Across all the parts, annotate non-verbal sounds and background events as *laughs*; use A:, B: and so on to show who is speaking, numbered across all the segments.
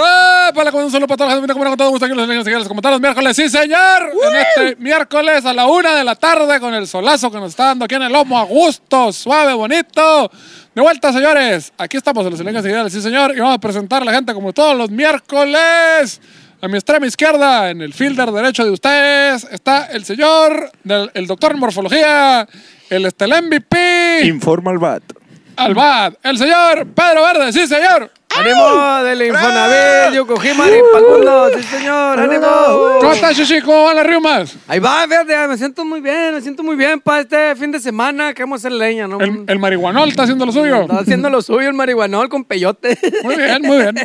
A: ¡Ah! Para un saludo para toda la gente. Mira, con todo gusto aquí los niños seguidores. Como todos los miércoles, sí, señor. En este miércoles a la una de la tarde con el solazo que nos está dando aquí en el lomo a gusto, suave, bonito. De vuelta, señores. Aquí estamos en los niños seguidores, sí, señor. Y vamos a presentar a la gente como todos los miércoles. A mi extrema izquierda, en el fielder derecho de ustedes, está el señor, del- el doctor en morfología, el estel MVP.
B: Informa al vato.
A: Albad, el señor Pedro Verde, sí señor.
C: ¡Ánimo del Infonavit! Yo cogí Mari pa'l mundo, sí señor,
A: ¿Cómo
C: ánimo.
A: estás, Shishi? ¿Cómo van las riumas?
C: Ahí va, fíjate, me siento muy bien, me siento muy bien para este fin de semana que vamos a hacer leña, ¿no?
A: El, el marihuanol está haciendo lo suyo.
C: Está haciendo lo suyo el marihuanol con peyote.
A: Muy bien, muy bien.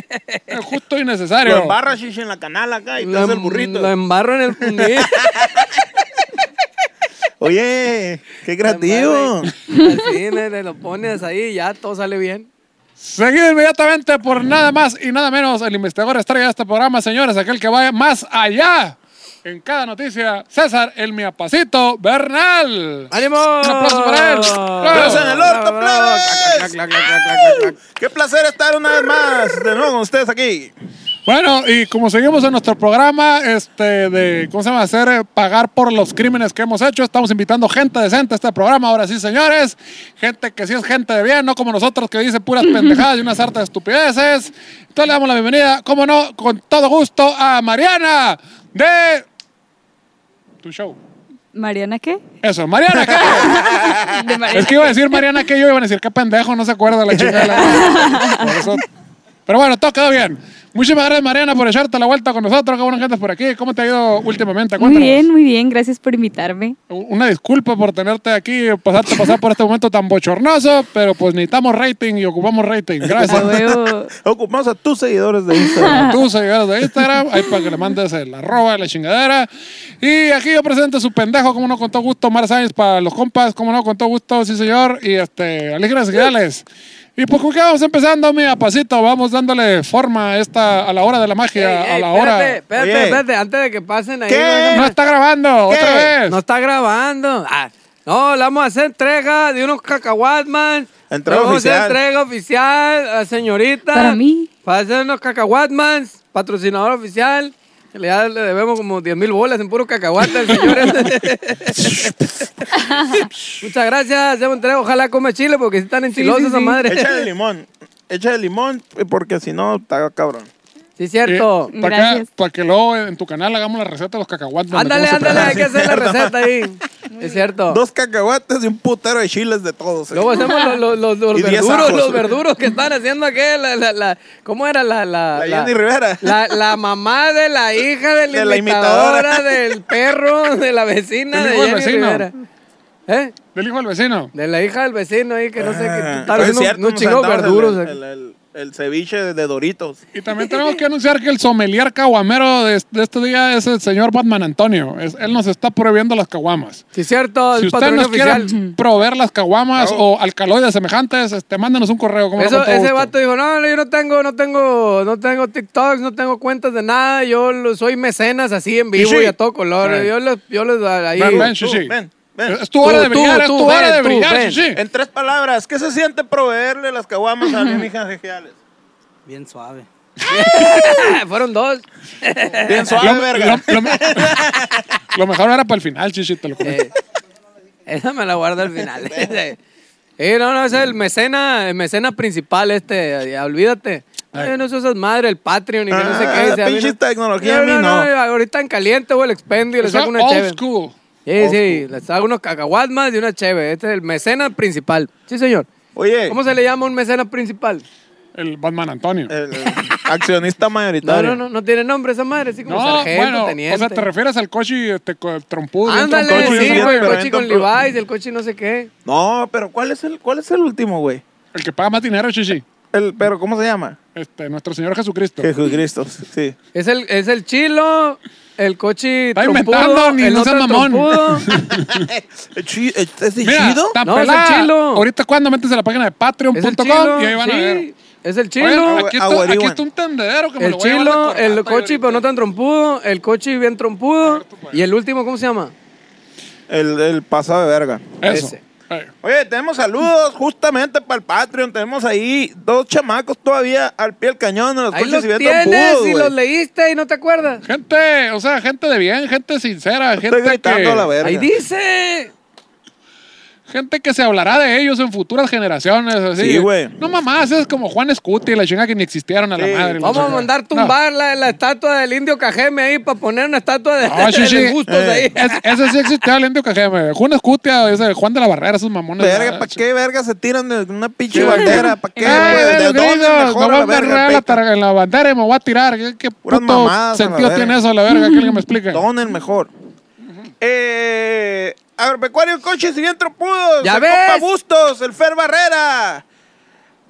A: Es justo y
D: Lo
A: necesario.
D: embarras shish, en la canal acá y te
C: Lo
D: hace el
C: em-
D: burrito.
C: Lo embarro en el fundí.
B: Oye, qué creativo.
C: Así, le, le lo pones ahí y ya todo sale bien.
A: Seguido inmediatamente por nada más y nada menos el investigador estrella de este programa, señores, aquel que vaya más allá en cada noticia, César el miapacito Bernal.
C: ¡Ánimo!
A: Un aplauso para él.
D: ¡Aplauso en el orto,
C: Bravo, bravo.
D: plebes!
C: Clac, clac, clac, clac, clac, clac, clac.
D: Qué placer estar una vez más de nuevo con ustedes aquí.
A: Bueno, y como seguimos en nuestro programa este de ¿cómo se llama? hacer eh, pagar por los crímenes que hemos hecho, estamos invitando gente decente a este programa, ahora sí, señores, gente que sí es gente de bien, no como nosotros que dice puras pendejadas y unas hartas estupideces. Entonces le damos la bienvenida, como no, con todo gusto a Mariana de tu show.
B: *laughs*
E: ¿Mariana qué?
A: Eso, Mariana. ¿qué?
E: De Mariana.
A: es que iba a decir Mariana que yo iba a decir qué pendejo, no se acuerda la chingada. Por eso- Pero bueno, todo quedó bien. Muchísimas gracias, Mariana, por echarte la vuelta con nosotros. Qué buena gente por aquí. ¿Cómo te ha ido últimamente?
E: Muy
A: Cuéntanos.
E: bien, muy bien, gracias por invitarme.
A: Una disculpa por tenerte aquí, pasarte pasar por este momento tan bochornoso, pero pues necesitamos rating y ocupamos rating.
E: A
A: Gracias.
E: huevo.
B: Ocupamos a tus seguidores de Instagram.
A: a tus seguidores de Instagram, ahí para que le mandes el arroba, la chingadera. Y aquí yo presento a su pendejo, como no, con todo gusto, Mar Sainz, para los compas, como no, con todo gusto, sí señor, y este, alegres Seguidales. Y pues con qué vamos empezando, mi apacito, vamos dándole forma a esta, a la hora de la
C: Ey,
A: magia, a
C: ey,
A: la
C: Espérate,
A: hora.
C: espérate,
D: Oye.
C: espérate, antes de que pasen ahí.
D: ¿Qué?
C: déjame-
A: No está grabando,
D: ¿Qué?
A: otra vez.
C: No está grabando. Ah, no, le vamos a hacer entrega de unos cacahuatman.
D: Entrega
C: Le vamos a hacer
D: oficial.
C: entrega oficial a la señorita.
E: Para mí.
C: Para hacer unos cacahuatmans, patrocinador oficial. Que le- ya le debemos como 10 mil bolas en puro cacahuate
E: *laughs*
C: al señor. ese. *laughs* Muchas gracias, hacemos entrega. Ojalá come chile porque si están enchilosos
E: sí,
C: esa
E: sí.
C: madre.
D: Echa de limón. Echa de limón porque si no, está cabrón.
C: Sí, es cierto.
A: para, que,
E: Gracias.
A: pa' que luego en tu canal hagamos la receta de los cacahuates. donde
C: ándale,
A: cómo se
C: ándale, hay
A: prepara.
C: que
E: *laughs*
C: hacer la receta ahí. Es cierto.
D: Dos cacahuates y un putero de chiles de todos. eh.
C: Luego hacemos los, los- los- los
D: Y diez
C: verduros,
D: ajos.
C: los verduros que están haciendo aquí, la, la, la- ¿cómo era la, la,
D: La Jenny Rivera.
C: La, la mamá de la hija del
D: De la
C: imitadora,
D: imitadora.
C: del perro, de la vecina
A: Del
C: de
A: hijo del
C: Jenny
A: vecino.
C: Rivera. ¿Eh?
A: Del hijo del vecino.
C: De la hija del vecino ahí, que no sé, que
D: Ah,
C: está
D: oye,
C: haciendo
D: cierto,
C: unos
D: nos
C: chingos
D: aventamos
C: verduros.
D: El,
C: eh.
D: el, el- el ceviche de Doritos.
A: Y también tenemos que anunciar que el sommelier caguamero de, de este día es el señor Batman Antonio. Es- él nos está prohibiendo las caguamas.
C: Sí, cierto,
A: Si
C: el
A: usted
C: patrón
A: nos quiere
C: oficial.
A: proveer las caguamas
D: Claro.
A: o alcaloides semejantes, este, mándanos un correo. *laughs* como no,
C: Eso-
A: con todo
C: ese
A: gusto.
C: vato dijo, no, no, yo no tengo, no tengo, no tengo TikToks, no tengo cuentas de nada, yo lo- soy mecenas así en vivo
D: sí.
C: y a todo color.
A: Right.
C: Yo los, yo los ahí.
A: Ven, ven,
D: tú,
A: Shishi.
D: ven, ven.
A: Es tu hora
C: Tú,
A: de
C: tú,
A: brillar, es
C: tú,
A: tu hora de
C: ven, tú,
A: brillar,
C: ven.
A: Shishi.
D: En tres palabras, ¿qué se siente proveerle las caguamas a alienígenas ejidales?
F: Bien suave.
C: *laughs* Fueron dos.
D: Bien suave,
A: Lo-
D: verga.
A: lo- lo me- Lo mejor era para el final, Shishi, te lo comento.
C: Eh, esa me la guardo al
D: *laughs*
C: final. Eh, no, no, es el mecena, el mecena principal este, ya, olvídate. Ay, no esas madre, el Patreon y que no sé
D: Ah,
C: qué.
D: la
C: dice, a mí
D: pinche
C: no-
D: tecnología a mí no.
C: ahorita en caliente, güey, el expendio, les
A: Eso
C: hago una
A: old
C: cheve.
A: school.
C: Sí, sí, les hago unos cacahuatmas y una cheve. Este es el mecena principal. Sí, señor.
D: Oye,
C: ¿Cómo se le llama un mecena principal?
A: El Batman Antonio.
D: el el accionista
C: No,
D: mayoritario.
C: no, no, no tiene nombre esa madre, así como
A: No,
C: sargento,
A: bueno,
C: teniente.
A: o sea, te refieres al coche este, co- trompudo. bien
C: Ándale,
A: trompudo,
D: coche,
C: sí,
A: bien
D: yo
C: güey, el
D: pero
A: trompudo.
C: coche con
D: entonces-
C: Levi's, el coche no sé qué.
D: No, pero ¿cuál es el, cuál es el último, güey?
A: El que paga más dinero, Shishi.
D: El, pero ¿cómo se llama?
A: Este, nuestro Señor Jesucristo.
D: Jesucristo,
A: *laughs*
D: sí.
C: Es el, es el chilo, el coche
A: Está
C: trompudo,
A: inventando, ni
C: el
A: no
C: otro
A: seas mamón. *laughs*
C: trompudo.
D: ¿Es chi- es- es de
A: Mira,
D: chido?
A: está
C: No, es el
A: pelada.
C: chilo.
A: Ahorita cuando metes a la página de
C: Es el
A: patreon.com
C: chilo,
A: y ahí van a
C: sí,
A: ver.
C: Es el chilo,
A: Oigan,
D: Agua-
A: aquí, está,
D: aguarigua.
A: aquí está un tendedero que me
C: el
A: lo voy a llevar de
C: chilo,
A: corbata
C: el coche pero no
A: ahorita.
C: tan trompudo, el coche bien trompudo. Y el último, ¿cómo se llama?
D: El, el pasado de verga.
A: Eso.
C: Ese.
A: Ey.
D: Oye, tenemos saludos justamente para el Patreon. Tenemos ahí dos chamacos todavía al pie del cañón en los
C: Ahí
D: coches
C: los
D: y viendo
C: tienes
D: embudos,
C: y
D: güey.
C: los leíste y no te acuerdas.
A: Gente, o sea, gente de bien, gente sincera,
B: Estoy
A: gente
B: gritando a la
A: que,
B: verga.
C: Ahí dice.
A: gente que se hablará de ellos en futuras generaciones. Así.
B: Sí, güey.
A: No mamás, es como Juan Escuti, la chinga que ni existieron a la
D: Sí.
A: madre. la
C: Vamos a
A: chingada.
C: mandar tumbar la, la estatua del indio Cajeme ahí para poner una estatua de,
A: No, Ah, sí,
C: *laughs* de
A: sí. Eh,
C: los gustos ahí.
A: No. Es- ese sí existió el indio Cajeme. eh, Juan Escutia, ese Juan de la Barrera, esos mamones.
B: Verga,
A: Ah,
B: ¿para
A: ch-
B: qué verga se tiran de una pinche bandera? ¿Para qué?
A: Ay,
B: güey?
A: los
B: ¿De dónde
A: gringos,
B: mejor
A: me voy
B: a
A: a
B: la verga,
A: agarrar la
B: peta?
A: tar- en la bandera y me voy a tirar. ¿Qué, qué
B: Puras
A: puto
B: mamadas a la
A: sentido
B: verga.
A: tiene eso, la verga? Que alguien me explique.
B: Donel mejor.
D: Eh, agropecuario Coches y Bien Tropudos.
C: ¿Ya
D: el
C: ves?
D: Compa Bustos, el Fer Barrera.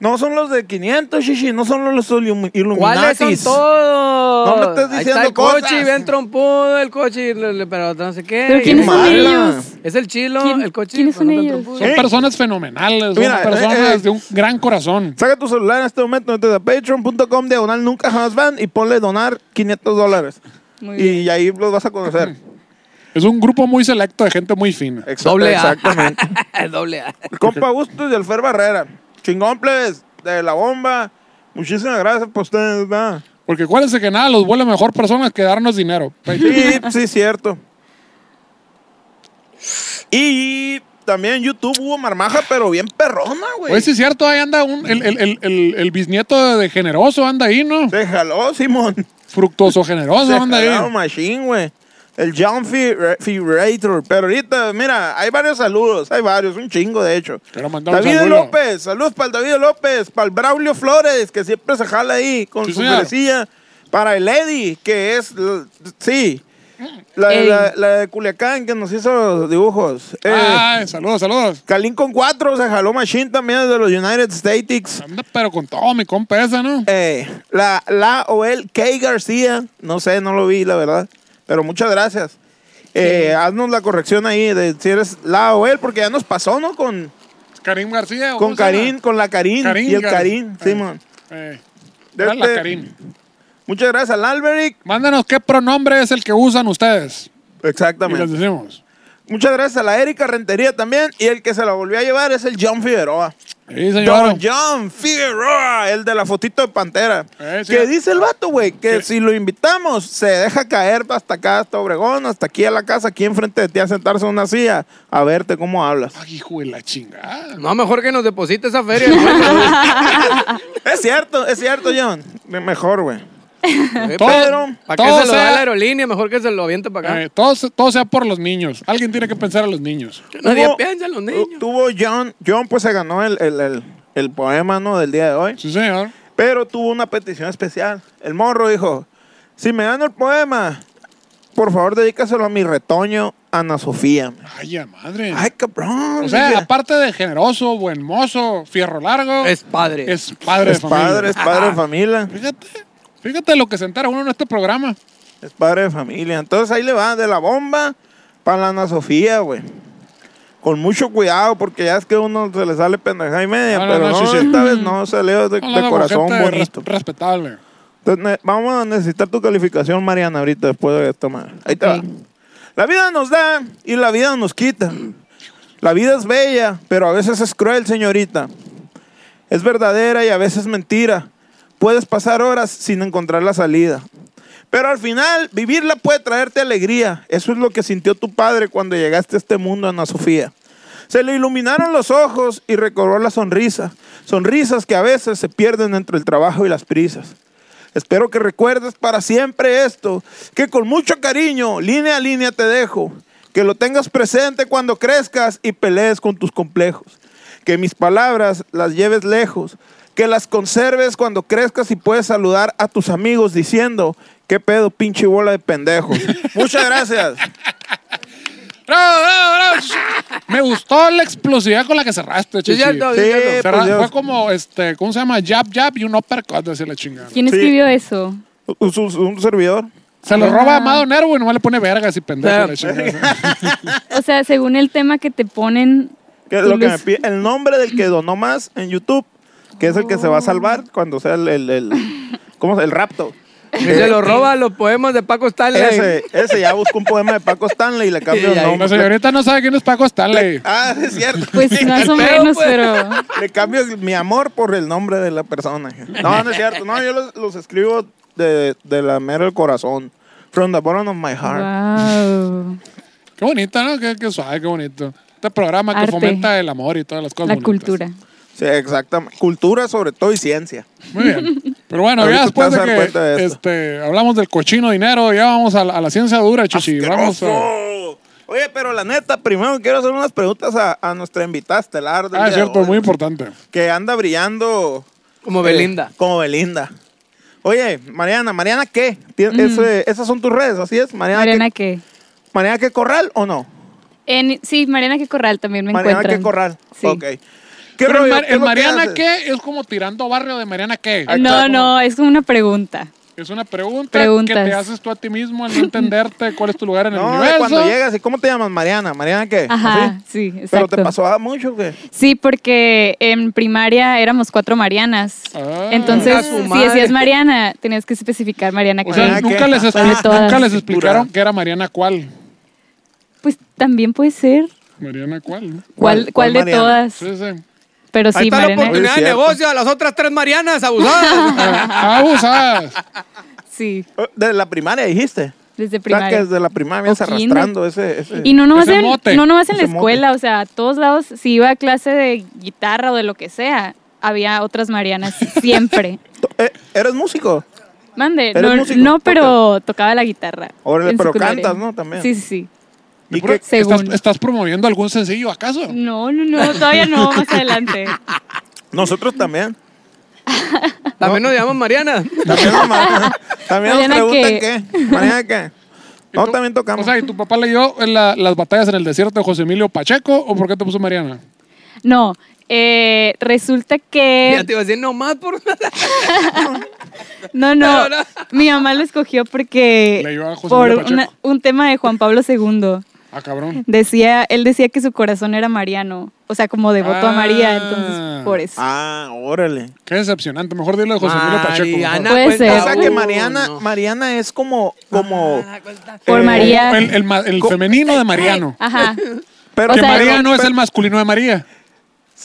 B: No son los de 500, Shishi, no son los ilum-
C: ¿Cuáles son
B: Illuminatis.
C: todos?
B: No me estés
C: Ahí está
B: diciendo
C: el coche,
B: cosas.
C: bien trompudo, el coche, le- le- pero no sé qué.
E: ¿Pero
C: Y-
E: quiénes son
B: mala.
E: ellos?
C: Es el chilo,
E: ¿Quién-
C: el coche.
E: quiénes
C: pero no
E: son
C: tan
E: ellos?
A: Son
B: Ey.
A: personas fenomenales,
B: Mira,
A: son personas
B: eh, eh.
A: de un gran corazón.
B: Saca tu celular en este momento desde patreon.com diagonal nunca jamás van y ponle donar 500 dólares.
E: Muy bien.
B: Y ahí los vas a conocer.
A: Es un grupo muy selecto de gente muy fina.
B: Exacto,
C: Doble A.
B: Exactamente.
E: *laughs*
C: *laughs* Doble A.
B: El Compa Bustos y Alfer Barrera. Chingón, plebes, de la bomba. Muchísimas gracias por ustedes, ¿verdad?
A: Porque acuérdense que nada los vuelve mejor personas que darnos dinero.
B: Sí, sí, cierto. Y también en YouTube hubo marmaja, pero bien perrona,
A: Oye,
B: güey.
A: Pues sí es cierto, ahí anda un, el, el, el, el, el bisnieto de Generoso, anda ahí, ¿no?
B: Se jaló, Simón.
A: Fructuoso Generoso,
B: Se
A: anda
B: jaló
A: ahí.
B: machine, güey. El John Fi- Figurator. Pero ahorita, mira, hay varios saludos. Hay varios, un chingo, de hecho.
A: Quiero mandar un
B: David
A: saludo.
B: López, saludos para el David López, para el Braulio Flores, que siempre se jala ahí con
A: Sí,
B: su
A: señor.
B: merecilla. Para el Eddie, que es, l- sí, la,
E: Ey.
B: la- la de Culiacán, que nos hizo los dibujos. Eh,
A: Ay, saludos, saludos.
B: Calín con cuatro, se jaló Machine también de los United States.
A: Anda, pero con todo mi compa esa, ¿no?
B: Eh, la, la o el K. García, no sé, no lo vi, la verdad. Pero muchas gracias. Eh, Haznos la corrección ahí de si eres la o él, porque ya nos pasó, ¿no? Con,
A: Karim García. ¿o cómo
B: con
A: se llama?
B: Karim, con la Karim,
A: Karim
B: y el
A: Gar-
B: Karim,
A: Eh.
B: Simón.
A: Eh,
B: De
A: era la
B: este-
A: Karim.
B: Muchas gracias al Alberic.
A: Mándanos qué pronombre es el que usan ustedes. Y les
B: Exactamente.
A: decimos.
B: Muchas gracias a la Erika Rentería también. Y el que se la volvió a llevar es el John Figueroa.
A: Sí, señor.
B: Don John Figueroa, el de la fotito de Pantera.
A: Eh, sí.
B: Que dice el vato, güey, que
A: ¿Qué?
B: si lo invitamos, se deja caer hasta acá, hasta Obregón, hasta aquí a la casa, aquí enfrente de ti, a sentarse en una silla, a verte cómo hablas.
A: Ay, hijo de la chingada.
C: No, mejor que nos deposite esa feria. güey.
E: *laughs*
B: es cierto, es cierto, John. Me- Mejor, güey.
A: Todo-
C: Pero, ¿Para Eh, pues, qué
A: todo
C: se lo da
A: sea-
C: a la aerolínea? Mejor que se lo aviente para acá.
A: Eh, todo, se- todo sea por los niños. Alguien tiene que pensar a los niños.
C: Nadie
B: Tuvo-
C: piensa en los
B: tu-
C: niños.
B: Tuvo John, John pues se ganó el, el- el- el poema, ¿no? Del día de hoy.
A: Sí, señor.
B: Pero tuvo una petición especial. El morro dijo, si me dan el poema, por favor dedícaselo a mi retoño, Ana Sofía.
A: Ay, a madre.
B: Ay, cabrón.
A: o sea,
B: dije.
A: aparte de generoso, buen mozo, fierro largo.
C: Es padre.
A: Es padre
B: Uh, Es
A: de familia.
B: padre, es padre de familia.
A: Fíjate. Fíjate lo que se entera uno en este programa.
B: Es padre de familia. Entonces ahí le va de la bomba para la Ana Sofía, güey. Con mucho cuidado, porque ya es que uno se le sale pendeja y media,
A: No, no,
B: pero no,
A: no, sí, sí.
B: esta vez no salió de,
A: Hablando
B: de
A: con
B: corazón
A: gente
B: bonito.
A: res- respetable.
B: Entonces, ne- vamos a necesitar tu calificación, Mariana, ahorita después de esta madre. Ahí te va. La vida nos da y la vida nos quita. La vida es bella, pero a veces es cruel, señorita. Es verdadera y a veces mentira. Puedes pasar horas sin encontrar la salida. Pero al final, vivirla puede traerte alegría. Eso es lo que sintió tu padre cuando llegaste a este mundo, Ana Sofía. Se le iluminaron los ojos y recobró la sonrisa. Sonrisas que a veces se pierden entre el trabajo y las prisas. Espero que recuerdes para siempre esto, que con mucho cariño, línea a línea te dejo, que lo tengas presente cuando crezcas y pelees con tus complejos, que mis palabras las lleves lejos, que las conserves cuando crezcas y puedes saludar a tus amigos diciendo, qué pedo pinche bola de pendejos. Muchas gracias.
A: ¡Bravo, bravo, bravo! Me gustó la explosividad con la que cerraste,
C: Sí,
A: chichi.
C: cierto,
B: Sí,
C: sí, cierto.
A: Cerra-
B: pues,
A: fue
B: Dios.
A: como, este, ¿cómo se llama? Jab, jab y un uppercut, decía la chingada.
E: ¿Quién
B: Sí.
E: escribió eso?
B: Un- un- un servidor.
A: Se lo
E: Ah.
A: roba a Amado Nervo y nomás le pone vergas y pendejo.
C: Claro.
A: la chingada.
E: O sea, según el tema que te ponen.
B: Que es
E: tú
B: lo que me
E: les-
B: pide- el nombre del que donó más en YouTube, que es el que se va a salvar cuando sea el, el, el- ¿cómo se- el rapto.
C: Se lo roba los poemas de Paco Stanley.
B: Ese, ese ya busco un poema de Paco Stanley y le cambio el
C: Ya, ya,
A: La
B: nombre.
A: señorita no sabe quién es Paco Stanley.
B: Ah, es cierto. *laughs*
E: Pues más o
C: Pero,
E: menos,
C: pues.
E: pero.
B: Le cambio el- mi amor por el nombre de la persona. No, no es cierto. No, yo los, los escribo de, de la mera del corazón. From the bottom of my heart.
E: Wow.
A: Qué bonita, ¿no? Qué, qué suave, qué bonito. Este programa que
E: Arte.
A: fomenta el amor y todas las cosas.
E: La
A: bonitas.
E: cultura.
B: Sí, exactamente. Cultura sobre todo y ciencia.
A: Muy bien. Pero bueno,
B: Ahorita
A: ya después
B: te
A: de
B: vas a dar
A: que
B: cuenta de esto.
A: este, hablamos del cochino dinero, ya vamos a la, a la ciencia dura, chichi. Vamos a-
B: ¡Asqueroso! Oye, pero la neta, primero quiero hacer unas preguntas a, a nuestra invitada estelar. del
A: Ah,
B: día
A: es
B: de
A: cierto,
B: hoy,
A: es muy importante.
B: Que anda brillando.
C: Como
B: eh,
C: Belinda.
B: como Belinda. Oye, Mariana, ¿Mariana qué? Tien-
A: Mm.
B: ese- esas son tus redes, así es. Mariana,
E: Mariana,
B: qué,
E: ¿qué?
B: Mariana qué corral o no?
E: En, sí, Mariana que Corral también me
B: Mariana
E: encuentran.
B: qué corral.
E: Sí. Eh,
B: Ok. ¿Qué
A: Pero
B: rollo?
A: en, Mar-
B: ¿Qué
A: en
B: es lo que
A: Mariana,
B: haces?
A: ¿qué? Es como tirando barrio de Mariana, ¿qué?
B: Ay.
E: No, no, es como una pregunta.
A: Es una pregunta
E: Preguntas.
A: que te haces tú a ti mismo al no entenderte cuál es tu lugar en el
B: No, de
A: universo.
B: cuando llegas, ¿y cómo te llamas? Mariana, ¿Mariana qué?
E: Ajá,
B: ¿Así?
E: sí,
B: ¿Ah, Pero
E: exacto.
B: te pasó ah, mucho que.
E: Sí, porque en primaria éramos cuatro Marianas.
A: Ah.
C: A
E: Entonces,
C: su
E: si
C: madre.
E: decías Mariana, tenías que especificar Mariana
A: O
E: que
A: sea,
B: Mariana, ¿qué?
A: nunca, les, expli-
E: Para todas.
A: nunca les explicaron que era Mariana cuál.
E: Pues también puede ser.
A: Mariana cuál. ¿no?
E: ¿Cuál,
B: ¿Cuál- cuál
E: cuál de
B: Mariana?
E: todas?
A: Sí, sí.
E: Pero
C: Ahí
E: sí,
C: está la
E: Mariana.
B: Oye,
C: oportunidad
B: es
C: de
B: cierto.
C: negocio a las otras tres
B: *laughs*
C: Marianas abusadas. *laughs*
A: Ah, Abusadas.
E: Sí,
B: Desde Oh, la primaria dijiste.
E: desde
B: O sea, que
E: primaria.
B: desde la primaria vienes
E: O kinder.
B: arrastrando ese. ese-
E: Y no nomás,
A: Ese
E: en,
A: mote.
E: no nomás en la
B: Ese mote.
E: escuela, o sea, a todos lados, si iba a clase de guitarra o de lo que sea, había otras Marianas siempre.
B: Eh, ¿Eres músico?
E: Mande,
B: ¿Eres
E: no,
B: músico?
E: no, pero tocaba la guitarra.
B: Órale,
E: en
B: pero
E: secundaria.
B: cantas, ¿no? También.
E: Sí, sí, sí.
B: ¿Y
A: Pero,
B: qué? Mm,
E: Según.
A: ¿Estás, estás promoviendo algún sencillo, acaso?
E: No, no, no, todavía no, más adelante.
B: Nosotros también.
C: También nos llamamos Mariana.
B: También, nos
E: *laughs*
B: ma- también nos
E: Mariana,
B: preguntan
E: ¿qué?
B: qué. Mariana, ¿qué? No, también
A: O
B: tocamos.
A: sea, ¿y tu papá leyó en la- las batallas en el desierto de José Emilio Pacheco o por qué te puso Mariana?
E: No, eh, resulta que...
C: Ya te iba a decir nomás por.
E: No, no.
C: Pero no.
E: Mi mamá lo escogió porque
A: Le iba a José
E: por
A: Emilio Pacheco.
E: una- un tema de Juan Pablo II.
A: Ah, cabrón.
E: Decía, él decía que su corazón era mariano, o sea, como devoto a María,
A: Ah.
E: entonces por eso.
B: ah, órale.
A: Qué decepcionante. Mejor dile de José Emilio Pacheco. mejor.
C: Mariana pues,
E: Puede
C: cuenta
E: ser.
B: O sea que
C: uno.
B: Mariana, Mariana es como, como,
E: Ah, por
B: eh,
E: María.
A: El, el ma- el femenino de Mariano.
E: Ajá.
B: pero
E: O
A: que
E: sea,
A: Mariano es el masculino de María.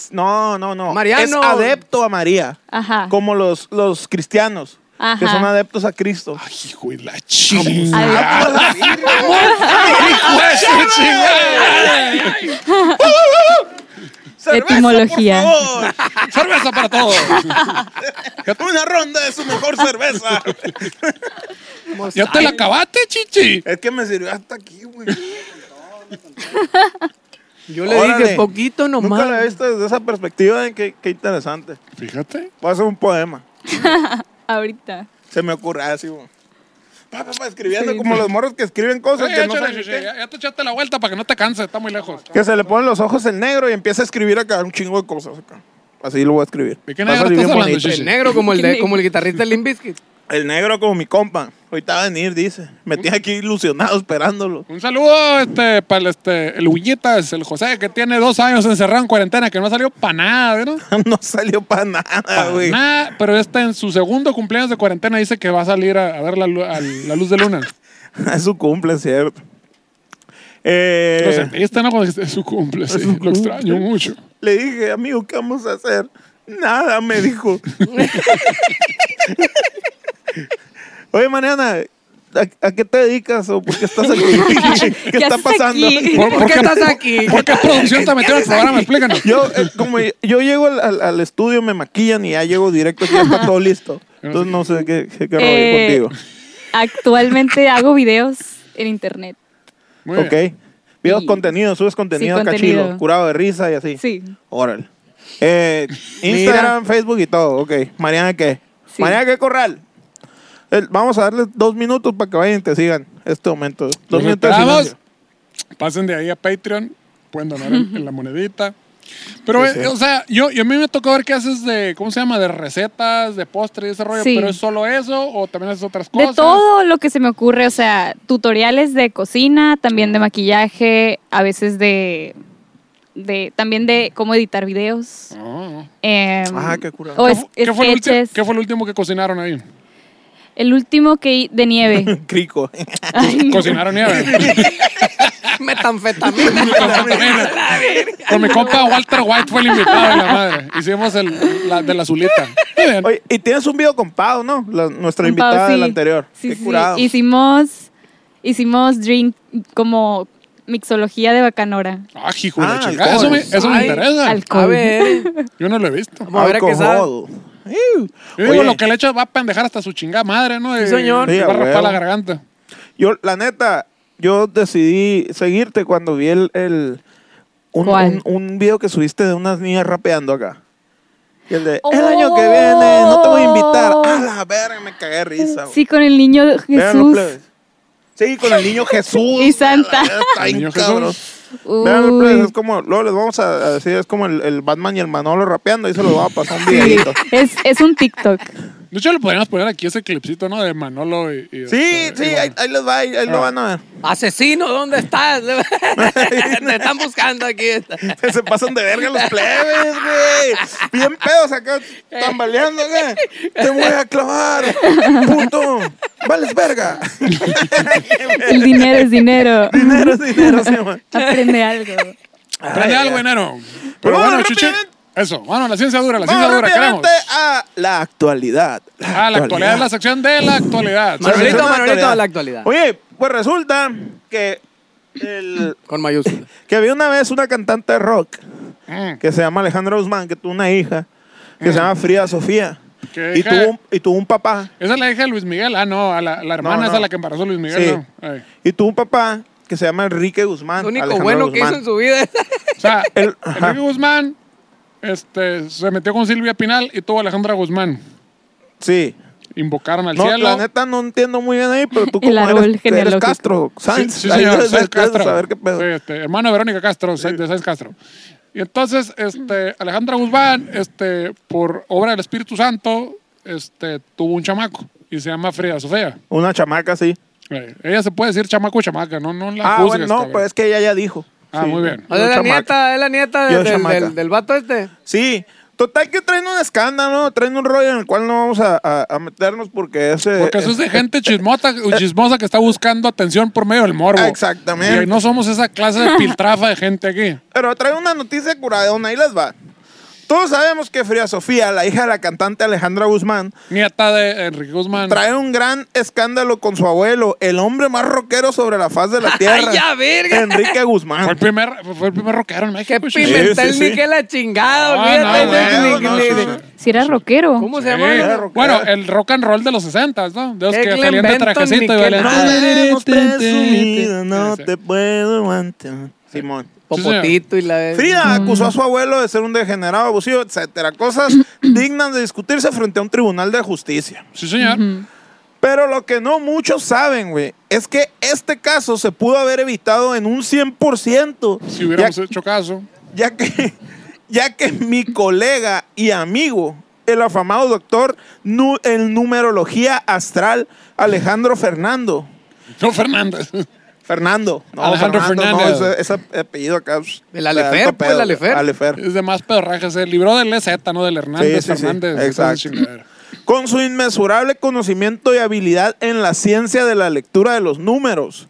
B: no, no, no.
C: Mariano.
B: Es adepto a María,
E: Ajá.
B: como los, los cristianos que
E: Ah. Ajá.
B: son adeptos a Cristo.
A: Ay, hijo de la chingada.
B: Ah,
E: *laughs*
B: pues,
A: Hijo de su chingada.
B: cerveza,
E: Etimología.
B: por favor.
A: Cerveza para todos.
B: Una ronda de su
A: *laughs*
B: mejor cerveza.
A: ¿Ya te la acabaste, chichi?
B: es que me sirvió hasta aquí, güey.
C: Yo le
B: Órale.
C: dije poquito
B: Nunca la he
C: nomás.
B: visto desde esa perspectiva, ¿eh? qué, qué interesante.
A: Fíjate.
B: Voy a hacer un poema.
E: Ahorita.
B: Se me ocurre así, güey. Pa, pa, pa, escribiendo como los morros que escriben cosas que no
A: Échale,
B: saben
A: chichi,
B: qué.
A: Ah, ya, ya te echaste la vuelta para que no te canses, está muy lejos.
B: Que se le ponen los ojos en negro y empieza a escribir acá un chingo de cosas acá. Así lo voy a escribir.
A: ¿De qué
B: Va a
A: negro
B: salir
A: estás
B: bien
A: hablando,
B: bonito.
A: Shishi?
C: El negro como el, de, como el guitarrista de Limp Bizkit.
B: El negro como mi compa. Ahorita va a venir, dice. Me tiene aquí ilusionado esperándolo. *laughs*
A: Un saludo este, para el, este, el Uñitas, el José, que tiene dos años encerrado en cuarentena, que no ha salido para nada, ¿no?
B: no salió para
A: Ah,
B: nada, güey.
A: Nada, pero este en su segundo cumpleaños de cuarentena dice que va a salir a, a ver la, lu- al- la luz de luna.
B: *laughs* Es su cumple, cierto. Eh,
A: Lo sentiste, ¿no? Cuando es su cumple, sí. Lo extraño mucho.
B: le dije, amigo, ¿qué vamos a hacer? Nada, me
E: *laughs*
B: dijo. Oye, Mariana, ¿a, a qué te dedicas o por qué estás
E: *laughs*
B: aquí? ¿Qué, está
E: haces
B: pasando?
E: *laughs* aquí?
A: ¿Por,
C: ¿Por qué estás aquí?
B: *laughs*
A: ¿Por qué producción te metió en el programa? Explícanos.
B: Yo, eh, como yo, yo llego al, al- al estudio, me maquillan y ya llego directo, aquí ya está todo listo. Entonces no sé qué, qué, qué rollo
E: Eh,
B: contigo.
E: Actualmente hago videos en internet.
A: Muy bien.
B: Ok. Videos
E: Y-
B: contenido, subes contenido acá
E: contenido.
B: chido, curado de risa y así.
E: Sí.
B: Órale. Eh, Instagram, Facebook y todo. Ok. Mariana, ¿qué?
E: Sí.
B: Mariana, ¿qué corral? El- vamos a darle dos minutos para que vayan y te sigan este momento. Dos
A: Los
B: minutos. de
A: esperamos.
B: silencio.
A: Pasen de ahí a Patreon. Pueden donar en, en la monedita. Pero, eh, o sea, yo, yo a mí me tocó ver qué haces de, ¿cómo se llama? De recetas, de postres y ese rollo.
E: Sí.
A: ¿Pero es solo eso o también haces otras
E: De
A: cosas?
E: todo lo que se me ocurre, o sea, tutoriales de cocina, también de maquillaje, a veces de, de también de cómo editar videos.
A: Ah.
E: Eh,
B: Ah, qué curado.
E: O
A: ¿Qué
E: es-
A: fu- ¿Qué, fue el ulti-
E: sketches.
A: qué fue el último que cocinaron ahí?
E: El último que hi- de nieve.
B: *laughs* Crico.
E: Ay, no.
A: Cocinaron
B: *laughs*
A: nieve.
C: Metanfetamina.
A: Con mi compa Walter White fue el invitado de la madre. Hicimos el, la, de la azulita. Muy bien.
B: Oye, y tienes un video con Pau, ¿no? La- nuestra
E: Con
B: invitada
E: Pau,
B: del
E: sí.
B: anterior.
E: Sí,
B: Qué
E: sí,
B: curado.
E: Hicimos, hicimos drink como mixología de bacanora.
A: Ah, hijo de la
B: Ah,
A: chingada. Eso
B: alcohol.
A: me, eso me
C: Ay,
A: interesa.
E: Alcohol.
C: A ver.
A: Yo no lo he visto.
C: Vamos a ver a qué sabe.
B: Alcohol.
A: Yo digo,
B: Oye.
A: lo que le echa va a pendejar hasta su chingada madre, ¿no? Y-
C: Sí, señor.
A: y
B: Sí,
A: va a
B: a
A: raspar
B: huevo.
A: la garganta.
B: Yo, la neta, yo decidí seguirte cuando vi el, el- un,
E: ¿Cuál?
B: un- un video que subiste de unas niñas rapeando acá. Y el de,
E: Oh.
B: el año que viene, no te voy a invitar. A la verga, me cagué de risa. güey.
E: Sí, con el niño
B: Véanlo,
E: Jesús.
B: plebes. Sí, con el niño Jesús.
E: Y Santa.
B: Está
A: El
B: bien,
A: niño
B: cabrón.
E: Uy.
B: Véanlo, plebes, es como, luego les vamos a a decir, es como el, el Batman y el Manolo rapeando, y se los va a pasar un videito.
E: Es, es un TikTok.
A: De hecho, le podríamos poner aquí ese clipcito, ¿no? De Manolo y. y
B: Sí,
A: este,
B: sí,
A: y
B: ahí, ahí les va, ahí, ahí
E: Ah.
B: lo van a ver.
C: Asesino, ¿dónde estás? *laughs* Te están buscando aquí.
B: *laughs* Se pasan de verga los plebes, güey. Bien pedos acá, tambaleando, güey. Te voy a clavar, puto. Vales verga.
E: El dinero es dinero.
B: *laughs* dinero, es dinero, sí, man.
A: *laughs*
E: Aprende algo.
A: Aprende algo, enero. Pero
B: Vamos
A: bueno, chichi.
B: rápidamente.
A: Eso, bueno, la ciencia dura, la
B: Vamos
A: ciencia dura, queremos.
B: rápidamente a la actualidad.
A: Ah, la actualidad es la sección de la actualidad.
B: La sección
C: Manuelito,
B: de
C: Manuelito, a la actualidad.
B: Oye, pues resulta que, el-
C: Con mayúsculas.
B: que había una vez una cantante de rock
A: Mm,
B: que se llama Alejandra Guzmán, que tuvo una hija que se llama Frida Sofía.
A: ¿Qué
B: Y
A: Mm. hija?
B: tuvo, un- y tuvo un papá
A: Esa es la hija de Luis Miguel. Ah, no, a la, la hermana
B: No,
A: es
B: no.
A: a la que embarazó Luis Miguel.
B: Sí.
A: ¿no? Ay.
B: Y tuvo un papá que se llama Enrique Guzmán.
C: Lo único
B: Alejandro
C: bueno que
B: Guzmán.
C: hizo en su vida es.
A: O sea,
B: *laughs* El- ajá.
A: Enrique Guzmán este, se metió con Silvia Pinal y tuvo a Alejandra Guzmán.
B: Sí.
A: Invocaron al
B: No,
A: cielo.
B: la neta no entiendo muy bien ahí, pero tú
E: El
B: como
E: árbol
B: eres, eres
E: genealógico.
B: Castro,
A: Sí,
B: Sainz.
A: sí,
B: ahí
A: señor,
B: debes-
A: Sáenz
B: debes
A: Castro.
B: saber qué pedo.
A: Sí, este, hermano de Verónica Castro, Sáenz- de Sáenz Castro. Y entonces, este, Alejandra Guzmán, este, por obra del Espíritu Santo, este, tuvo un chamaco y se llama Frida Sofía.
B: Una chamaca, sí.
A: Eh, Ella se puede decir chamaco o chamaca, no, no la
B: Ah,
A: juzgues,
B: bueno, no,
A: cabrón.
B: pues es que ella ya dijo.
A: Ah,
B: Sí,
A: muy bien.
C: O sea,
B: una
C: es la
B: chamaca.
C: nieta, es la nieta de-
B: Yo,
C: del,
B: chamaca.
C: del, del vato este.
B: Sí. Total que traen un escándalo, ¿no? traen un rollo en el cual no vamos a, a- a meternos porque ese...
A: Porque eso es de
B: eh,
A: gente chismota, chismosa que está buscando atención por medio del morbo.
B: Exactamente.
A: Y no somos esa clase de piltrafa de gente aquí.
B: Pero trae una noticia curadona, ahí les va. Todos sabemos que Frida Sofía, la hija de la cantante Alejandra Guzmán,
A: Nieta de Enrique Guzmán.
B: trae un gran escándalo con su abuelo, el hombre más rockero sobre la faz de la tierra.
C: *laughs* ¡Ay, ya, verga!
B: Enrique
A: Fue
B: Guzmán.
A: el primer, fue el primer rockero en
C: ¡Qué
A: México. chichi.
C: pimentel
B: sí,
C: ni
B: sí.
C: que la chingada!
A: Ah,
C: olvídate,
A: no,
C: ni-
B: no,
C: ni-
B: no,
C: ni-
B: sí,
C: ni-
B: sí.
E: Si era rockero.
C: ¿Cómo Pues se
A: Sí.
C: llama?
B: Era rockero.
A: Bueno, el rock and roll de los 60, ¿no? De los
C: Qué
A: que
C: Glen
A: salían de
C: Benton,
A: trajecito y
C: ni que
A: bailaban.
C: nada.
B: Podemos presumir,
A: Sí, sí.
B: puedo aguantar. Simón.
C: Popotito y la...
B: Frida acusó a su abuelo de ser un degenerado abusivo, etcétera.
C: *clears throat*
B: Cosas dignas de discutirse frente a un tribunal de justicia.
A: Sí, señor.
B: Pero lo que no muchos saben, güey, es que este caso se pudo haber evitado en un 100%.
A: Si hubiéramos
B: ya,
A: hecho caso.
B: ya que, ya que mi colega y amigo, el afamado doctor nu- en numerología astral, Alejandro Fernando.
A: No, Fernández. *laughs*
B: Fernando. No,
A: Alejandro
B: Fernando,
A: Fernando.
B: no, ese, ese apellido acá. pues,
C: El Alefer,
B: alto
C: pues, el Alefer.
B: Alefer.
A: Es de más pedorraje. Se libró del EZ, ¿no? Del Hernández,
B: Sí, sí, sí.
A: Fernández. y
B: Exacto.
A: toda esa chingadera.
B: Con su inmesurable conocimiento y habilidad en la ciencia de la lectura de los números.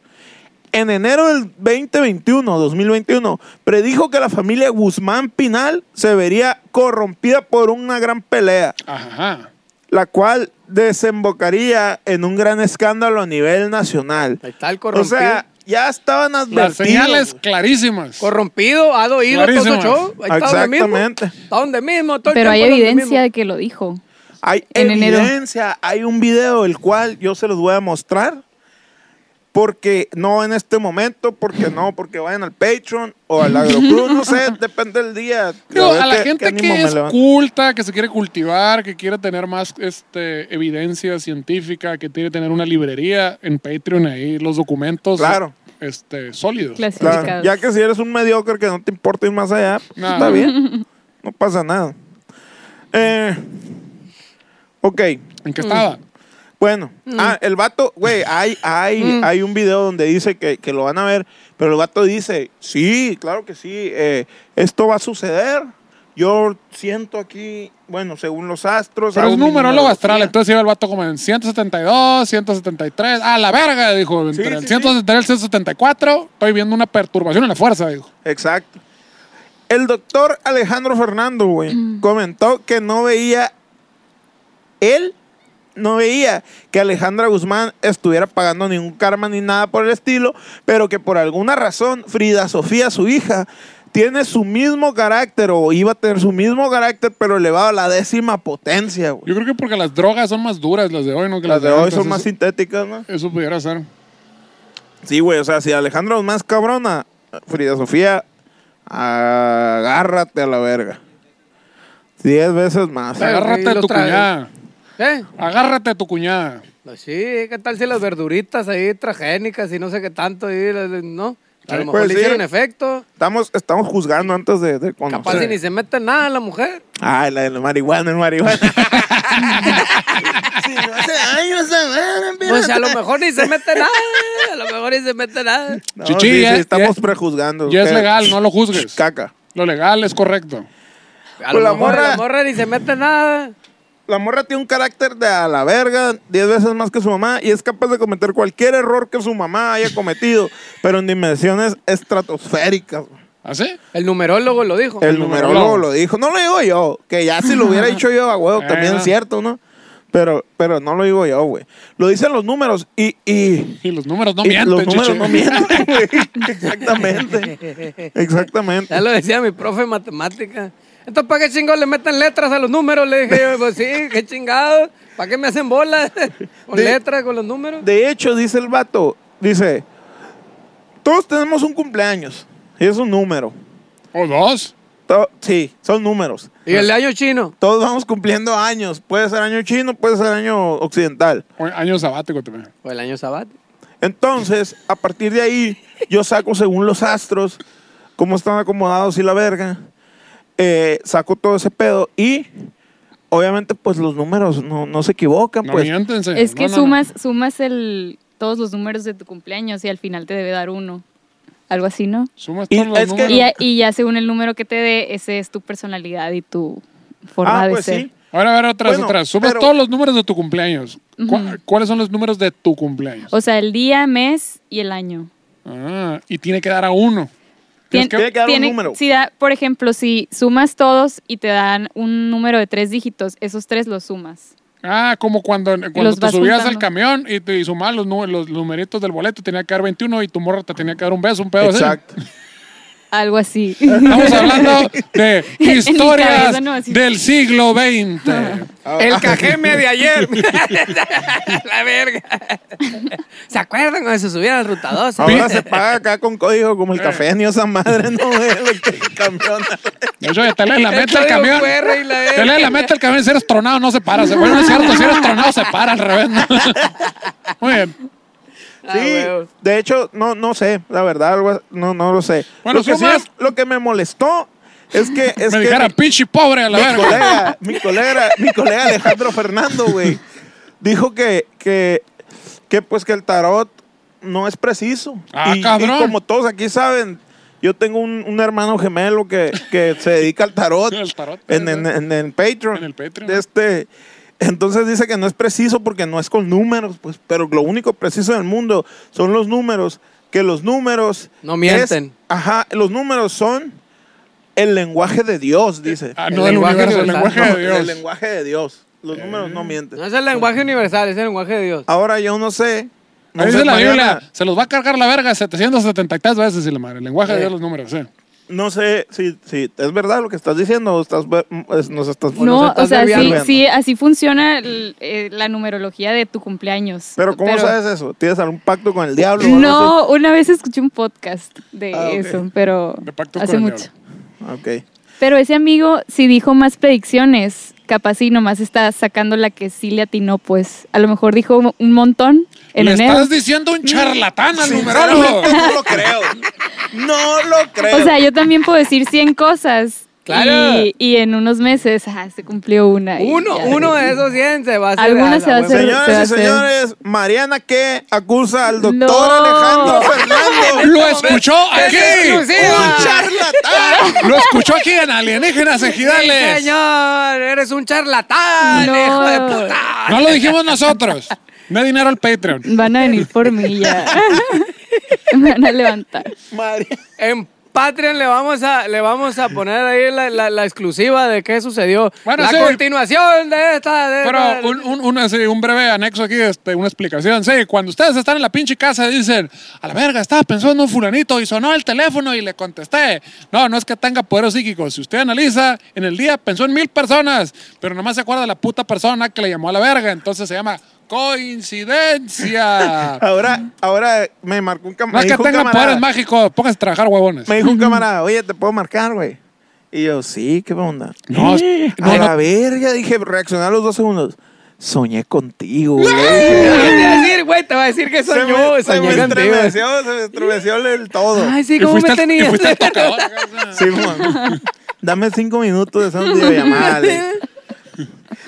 B: En enero del 2021, 2021, predijo que la familia Guzmán Pinal se vería corrompida por una gran pelea,
A: Ajá.
B: la cual desembocaría en un gran escándalo a nivel nacional.
C: Ahí está el
B: O
C: corrompido.
B: sea, ya estaban
A: Las
B: advertidos.
A: señales clarísimas.
C: Corrompido, ha doído todo
A: Clarísimas.
C: su show. Ahí está donde mismo.
B: Exactamente.
C: Está donde mismo. todo el
E: Pero hay
C: tiempo donde
E: evidencia
C: mismo.
E: de que lo dijo.
B: Hay
E: En enero.
B: evidencia, hay un video el cual yo se los voy a mostrar. Porque no en este momento, porque no, porque vayan al Patreon o al Agrocruz,
A: *laughs*
B: no sé, depende del día.
A: Digo,
B: ver
A: a la
B: qué- qué
A: gente
B: ánimo
A: que
B: me
A: es
B: levanta.
A: culta, que se quiere cultivar, que quiere tener más este, evidencia científica, que quiere tener una librería en Patreon ahí, los documentos
B: Claro.
A: este, sólidos.
E: Clasificados.
B: Claro, ya que si eres un mediocre que no te importa ir más allá, pues,
A: No. *laughs*
B: está bien, no pasa nada. Eh, ok,
A: ¿En qué estaba?
C: Mm.
B: bueno, ah, el vato, güey, hay, hay, hay un video donde dice que, que lo van a ver, pero el vato dice, sí, claro que sí, eh, esto va a suceder. Yo siento aquí, bueno, según los astros.
A: Pero
B: hago
A: es
B: mi
A: numerólogo astral,
B: numerología.
A: entonces iba el vato como en 172, 173. ¡A ah, la verga! Dijo. Entre
B: Sí,
A: el
B: sí,
A: 173 y el 174, estoy viendo una perturbación en la fuerza, dijo.
B: Exacto. El doctor Alejandro Fernando, güey, comentó que no veía, él no veía que Alejandra Guzmán estuviera pagando ningún karma ni nada por el estilo, pero que por alguna razón Frida Sofía, su hija, tiene su mismo carácter o iba a tener su mismo carácter, pero elevado a la décima potencia, güey.
A: Yo creo que porque las drogas son más duras, las de hoy, ¿no? Que
B: Las de hoy son
A: antes,
B: más
A: eso-
B: sintéticas, ¿no?
A: Eso pudiera ser.
B: Sí, güey, o sea, si Alejandra Guzmán es cabrona, Frida Sofía, agárrate a la verga. Diez veces más.
C: Claro.
A: Agárrate
C: y
A: de
C: lo
A: tu
C: trae.
A: cuñada.
C: ¿Eh?
A: Agárrate de tu cuñada.
C: Pues Sí, ¿qué tal si las verduritas ahí transgénicas y no sé qué tanto ahí, la- la- no? A lo
B: Sí,
C: mejor
B: pues
C: le
B: sí.
C: hicieron efecto.
B: Estamos, estamos juzgando antes de, de conocer.
C: Capaz y ni se mete nada la mujer.
B: Ay, la de la marihuana, el *laughs* marihuana. Sí, no hace daño esa madre, mira.
C: Pues a lo mejor
B: *laughs*
C: ni se mete nada. A lo mejor ni se mete nada.
B: No,
A: Chichi,
B: sí, sí,
A: ya-
B: estamos
A: ya-
B: prejuzgando.
A: Ya es
B: Que-
A: legal, no lo juzgues.
B: Caca.
A: Lo legal es correcto.
C: A
B: Pues
C: lo
B: la
C: mejor
B: morra-
C: la morra ni se mete nada.
B: La morra tiene un carácter de a la verga, 10 veces más que su mamá, y es capaz de cometer cualquier error que su mamá haya cometido, pero en dimensiones estratosféricas. güey.
A: ¿Ah, sí?
C: El numerólogo lo dijo.
B: El numerólogo lo dijo. No lo digo yo, que ya si lo
A: *laughs*
B: hubiera dicho yo, a huevo,
A: Eh.
B: también es cierto, ¿no? Pero, pero no lo digo yo, güey. Lo dicen los números y, y,
A: Y los números no
B: y
A: mienten,
B: los números
A: Chichi.
B: no mienten, *laughs* güey. Exactamente. Exactamente.
C: Ya lo decía mi profe de matemática. Entonces, ¿para qué chingados le meten letras a los números? Le dije, yo, pues sí, qué chingados. ¿Para qué me hacen bolas? *laughs* Con
B: De-
C: letras, con los números.
B: De hecho, dice el vato, dice, todos tenemos un cumpleaños y es un número.
A: *laughs* O dos.
B: To- sí, son números.
C: Y el de año chino.
B: Todos vamos cumpliendo años. Puede ser año chino, puede ser año occidental.
A: O año sabático también.
C: O pues, el año sabático.
B: Entonces, a partir de ahí, yo saco según los astros, cómo están acomodados y la verga. Eh, saco todo ese pedo y obviamente pues los números no, no se equivocan.
A: No
B: pues.
A: miéntense.
E: Es que
A: No, no, no.
E: sumas, sumas el, todos los números de tu cumpleaños y al final te debe dar uno. Algo así, ¿no?
A: Sumas
B: Y
A: todos los
B: es que-
A: números.
E: Y, ya- y ya según el número que te dé, ese es tu personalidad y tu forma
B: Ah,
E: de
B: pues
E: ser.
B: sí.
A: Ahora, a ver, otras,
B: Bueno,
A: otras. Sumas
B: pero-
A: todos los números de tu cumpleaños. ¿Cu- ¿Cuáles son los números de tu cumpleaños?
E: O sea, el día, mes y el año.
A: Ah, y tiene que dar a uno. Tienes
E: Tien-
A: que-
B: tiene que dar un número.
E: si da- por ejemplo, si sumas todos y te dan un número de tres dígitos, esos tres los sumas.
A: ah, como cuando, cuando
E: los
A: te
E: vas
A: subías
E: juntando.
A: al camión y, te- y sumabas los, nu- los numeritos del boleto, tenía que dar 21 y tu morra te tenía que dar un beso, un pedo así.
B: Exacto.
E: Algo así.
A: Estamos
B: *laughs*
A: hablando de
E: mi
A: historias
E: cabeza, no, así.
A: del siglo
E: *laughs*
A: XX.
C: El cajeme de ayer. *laughs* la verga. ¿Se acuerdan cuando se subían al Ruta 12?
B: Ahora se paga acá con código como el café ni esa madre, no güey, lo que camiona.
A: De hecho, ya te
C: *laughs*
A: lees la
C: El
A: meta el
C: código
A: camión.
C: QR y la
A: Te lees la
C: verga.
A: meta el camión. Si eres tronado, no se para. Se- Bueno, no es cierto. Si eres tronado, se para al revés. ¿no? *laughs* Muy bien.
C: Ah,
B: Sí,
C: huevo.
B: de hecho, no, no sé, la verdad, algo- no, no lo sé.
A: Bueno,
B: lo, que sí
A: sumas-
B: es- lo que me molestó
A: *laughs*
B: es que... Es
A: Me
B: que
A: dijera pinche pobre a la
B: mi
A: verga.
B: colega,
A: *laughs*
B: mi colega, mi colega Alejandro Fernando, güey, dijo que, que, que, pues que el tarot no es preciso.
A: Ah,
B: y,
A: cabrón.
B: y como todos aquí saben, yo tengo un, un hermano gemelo que, que se dedica al tarot.
A: El tarot.
B: En, en, en- en Patreon.
A: En el Patreon.
B: Este, entonces dice que no es preciso porque no es con números, pues, pero lo único preciso del mundo son los números, que los números...
C: No mienten.
B: es- ajá, los números son el lenguaje de Dios, dice.
A: Ah,
C: El
A: no, del
C: lenguaje
A: universo, el
C: universal,
A: lenguaje de
B: *laughs* El
A: Dios.
B: lenguaje de Dios. Los números no mienten.
C: No
E: Eh.
C: es el lenguaje universal, es el lenguaje de Dios.
B: Ahora yo no sé. no
A: Ahí
B: sé
A: dice la
B: mañana,
A: Biblia, se los va a cargar la verga 773 veces y la madre. El lenguaje de
C: Sí.
A: Dios, los números, sí.
B: No sé si, si es verdad lo que estás diciendo o estás, es- nos estás
C: O nos
E: No,
C: estás
E: o sea, sí,
B: desviando.
E: sí, así funciona el- eh, la numerología de tu cumpleaños.
B: Pero ¿cómo sabes eso? ¿Tienes algún pacto con el diablo? o algo
E: No, una vez escuché un podcast de
B: Ah, ok.
E: eso, pero
A: De pactos
E: hace
A: con el
E: mucho.
B: así? Ok.
E: Pero ese amigo, si dijo más predicciones, capaz y nomás está sacando la que sí le atinó, pues a lo mejor dijo un montón en
A: Le
E: enero.
A: estás diciendo un charlatán al numerólogo.
B: Sinceramente, No lo creo. No lo creo.
E: O sea, yo también puedo decir 100 cosas
C: Claro.
E: Y, y en unos meses ah, se cumplió una. y
C: Uno,
E: ya.
C: uno de esos 100 se va a hacer.
E: Alguna
C: a
E: se va a
C: la
E: hacer.
C: web.
E: se va a
B: Señoras y
E: hacer.
B: señores, Mariana que acusa al doctor
E: No.
B: Alejandro
E: *laughs*
B: Fernando.
A: Lo escuchó aquí.
C: ¡Exclusiva!
B: ¡Un charlatán!
A: Ah, Lo escuchó aquí en Alienígenas
C: Sí,
A: Ejidales.
C: señor, eres un charlatán,
E: No.
C: hijo de puta.
A: No lo dijimos nosotros. No hay dinero al Patreon.
E: Van a venir por mí
A: *laughs*
E: ya. *laughs* Me van a levantar.
B: Mari-
C: En Patreon le vamos a, le vamos a poner ahí la, la- la exclusiva de qué sucedió.
A: Bueno,
C: la
A: sí.
C: continuación de esta. de esta-
A: Pero un, un, un- así, un breve anexo aquí, este, una explicación. Sí, cuando ustedes están en la pinche casa dicen, a la verga, estaba pensando en fulanito y sonó el teléfono y le contesté. No, no es que tenga poderes psíquicos. Si usted analiza, en el día pensó en mil personas, pero nomás se acuerda de la puta persona que le llamó a la verga. Entonces se llama
B: *laughs*
A: coincidencia.
B: Ahora, ahora me marcó un, cam
A: no es que
B: dijo un
A: tengan
B: camarada.
A: poderes mágicos, pónganse a trabajar, huevones.
B: *laughs* Me dijo un camarada, oye, ¿te puedo marcar, güey? Y yo, sí, ¿qué onda?
A: No,
B: Eh,
A: no,
B: a
A: no.
B: la verga, dije, reaccionar los dos segundos. Soñé contigo, güey.
C: ¿Qué te va a decir, güey? Te va a decir que soy
B: Se
C: yo,
B: me, se
C: soñé
B: me
C: contigo.
B: estremeció, se me estremeció el todo.
C: Ay, sí,
A: Y
C: ¿cómo
A: fuiste
C: me
A: al- y
C: tenías?
A: fuiste al
B: *laughs*
C: *laughs*
A: tocador.
B: Sí, Juan. Dame cinco minutos de esa videollamada. le-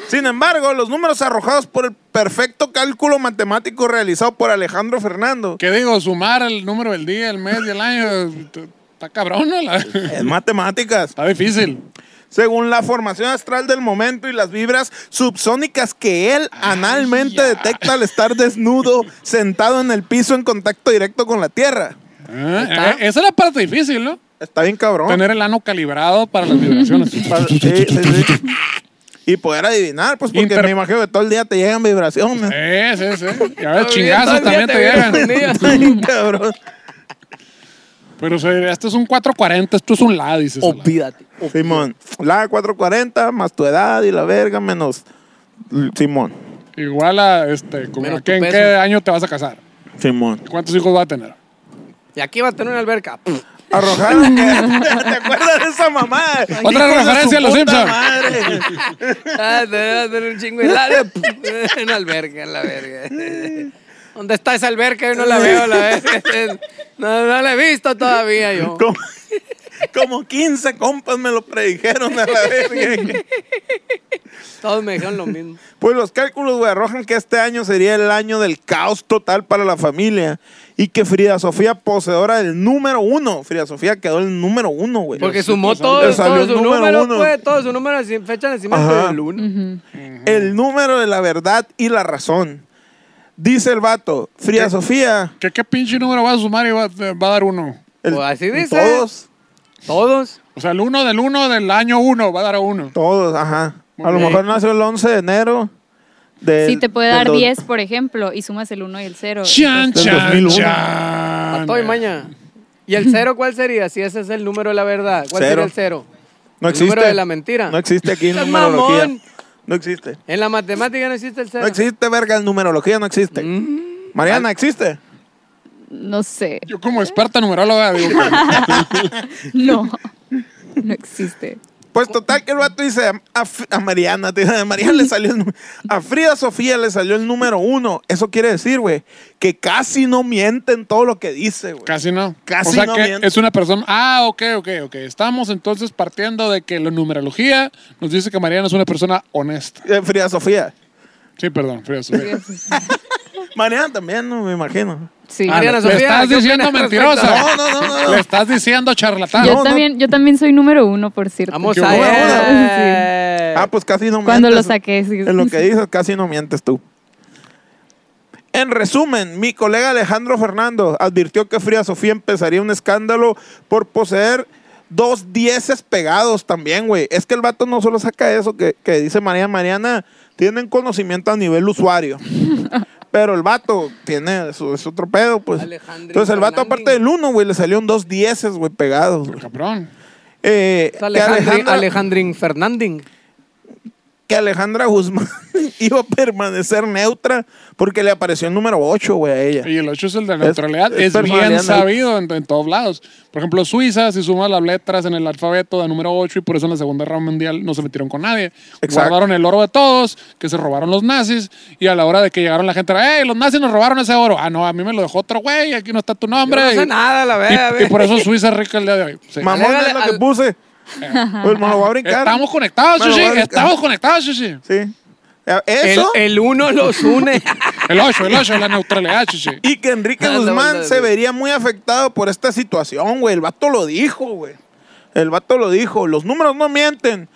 B: Sin embargo, los números arrojados por el perfecto cálculo matemático realizado por Alejandro Fernando.
A: Que digo, sumar el número del día, el mes y el año, t- está cabrón, ¿no? La- *laughs* Está
B: En matemáticas.
A: difícil.
B: Según la formación astral del momento y las vibras subsónicas que él analmente
A: ya.
B: detecta al estar
A: *laughs*
B: desnudo, sentado en el piso en contacto directo con la tierra.
A: Ah,
C: está.
A: eh, esa es la parte difícil, ¿no?
B: Está bien cabrón.
A: Tener el ano calibrado para las vibraciones.
B: *laughs* Pa- sí, sí, sí. Y poder adivinar, pues porque
A: Inter-
B: me imagino que todo el día te llegan vibraciones.
A: Sí, Eh, sí, sí. Y a
C: Todo
A: ver,
C: el
A: chingazos
C: día,
A: también te
C: todo el día
A: llegan.
C: te
B: *laughs*
C: llegan.
B: Está bien cabrón.
A: Pero sí, este es un 440, esto es un la, dices. a la-
C: Olvídate.
B: Simón, la 440 más tu edad y la verga menos l- Simón.
A: Igual a, este, como
C: Menos
A: a qué-
C: tu
A: ¿en
C: peso.
A: qué año te vas a casar?
B: Simón.
A: ¿Cuántos hijos va a tener?
C: Y aquí va a tener una alberca. *laughs*
B: Arrojaron que *laughs* ¿Te acuerdas de esa mamá?
A: Otra
B: Hijos de
A: referencia
B: su
A: a los
B: puta
A: Simpson.
B: madre.
C: Ah, te va a tener un chingo de helado. *laughs* Una alberca, la verga. ¿Dónde está esa alberca? Yo no la veo, la verga. *laughs* No, no la he visto todavía yo.
B: Como, como 15 compas me lo predijeron a la verga.
C: Todos me dijeron lo mismo.
B: Pues los cálculos, güey, arrojan que este año sería el año del caos total para la familia. Y que Frida Sofía, poseedora del número uno. Frida Sofía quedó el número uno, güey.
C: *laughs* Porque sumó
B: Le
C: todo,
B: salió
C: todo
B: el
C: su
B: número
C: número,
B: uno.
C: pues, todo su número, sin fecha de nacimiento
B: Ajá.
C: del uno.
B: El número de la verdad y la razón. Dice el vato, Frida Sofía.
A: ¿Qué, ¿Qué pinche número vas a sumar y va, te va a dar uno?
B: el-
C: Pues así dice.
B: Todos,
C: Todos.
A: O sea, el uno del uno del año uno va a dar a uno.
B: todos, ajá.
A: Muy
B: A lo
A: bien.
B: mejor nació el 11 de enero. Del,
E: Sí, te puede
B: del
E: dar
B: dos-
E: 10, por ejemplo, y sumas el 1 y el pues, 0.
A: Chan,
B: Del
A: chan,
B: 2001.
A: chan.
C: A todo y mañana. ¿Y el cero cuál sería? Si ese es el número de la verdad. ¿Cuál
B: Cero.
C: sería el cero?
B: No
C: El
B: existe.
C: número de la mentira.
B: No existe aquí en
C: Estás
B: numerología.
C: mamón.
B: No existe.
C: En la matemática no existe el cero.
B: No existe, verga, en numerología no existe.
C: Mm.
B: Mariana, ¿existe?
E: No sé. *laughs*
A: Yo como experta numeróloga digo,
E: No. No existe.
B: Pues total que el vato dice a, a F- a Mariana, te- a Mariana le salió el nu- a Frida Sofía le salió el número uno. Eso quiere decir, güey, que casi no miente en todo lo que dice, güey.
A: Casi no.
B: Casi
A: o sea
B: no
A: que
B: miente.
A: es una persona. Ah, ok, ok, ok. Estamos entonces partiendo de que la numerología nos dice que Mariana es una persona honesta.
B: Eh, Frida Sofía.
A: Sí, perdón, Frida Sofía.
B: Mariana también, no me imagino.
E: Sí.
C: Mariana
A: Le
C: Sofía,
A: estás
C: ¿qué
A: diciendo
C: opinas
A: mentirosa.
B: No, no, no, no, no.
A: Le estás diciendo charlatán.
E: yo,
B: no.
E: también, yo también soy número uno, por cierto.
C: Vamos
A: Ah, Yo
C: a
A: voy a
C: ver.
B: Ah, pues casi no
E: Eh, Cuando lo
B: mientes.
E: saqué, sí.
B: En lo que dices, casi no mientes tú. En resumen, mi colega Alejandro Fernando advirtió que Frida Sofía empezaría un escándalo por poseer dos dieces pegados también, güey. Es que el vato no solo saca eso que, que dice María Mariana, tienen conocimiento a nivel usuario. Pero el vato tiene su, es otro pedo, pues.
C: Alejandro
B: Entonces el vato,
C: Fernández.
B: aparte del uno, güey, le salieron dos dieces, güey, pegados. güey.
A: Cabrón.
B: Eh,
C: Es
B: que
C: Alejandrin,
B: Alejandra-
C: Alejandrin Fernández.
B: que Alejandra Guzmán *laughs* iba a permanecer neutra porque le apareció el número 8, güey, a ella.
A: *laughs* Y el 8 es el de neutralidad.
B: es
A: Es, bien
B: personalidad neutra.
A: sabido en, en todos lados. Por ejemplo, Suiza, si sumas las letras en el alfabeto de número 8 y por eso en la Segunda Guerra Mundial no se metieron con nadie.
B: Exacto.
A: Guardaron el oro de todos, que se robaron los nazis. Y a la hora de que llegaron la gente, ¡Ey, los nazis nos robaron ese oro! Ah, no, a mí me lo dejó otro güey, aquí no está tu nombre.
C: Yo no sé
A: Y-
C: nada, la
A: y, y
C: verdad.
A: por eso Suiza es rica el día de hoy. Sí.
B: Mamón
C: Alégale
B: es lo que
C: *laughs* al-
B: puse. Pues me lo voy a brincar.
A: Estamos conectados,
B: Me lo
A: Sushi.
B: voy a brincar.
A: Estamos conectados, Sushi.
B: Sí. Eh,
C: El,
B: Eso.
C: el uno los une. *laughs*
A: El 8, el 8, la neutralidad, Sushi.
B: Y que Enrique
C: Ah, no,
B: Guzmán
C: no,
B: se
C: no.
B: vería muy afectado por esta situación, güey. El vato lo dijo, güey. El vato lo dijo. Los números no mienten.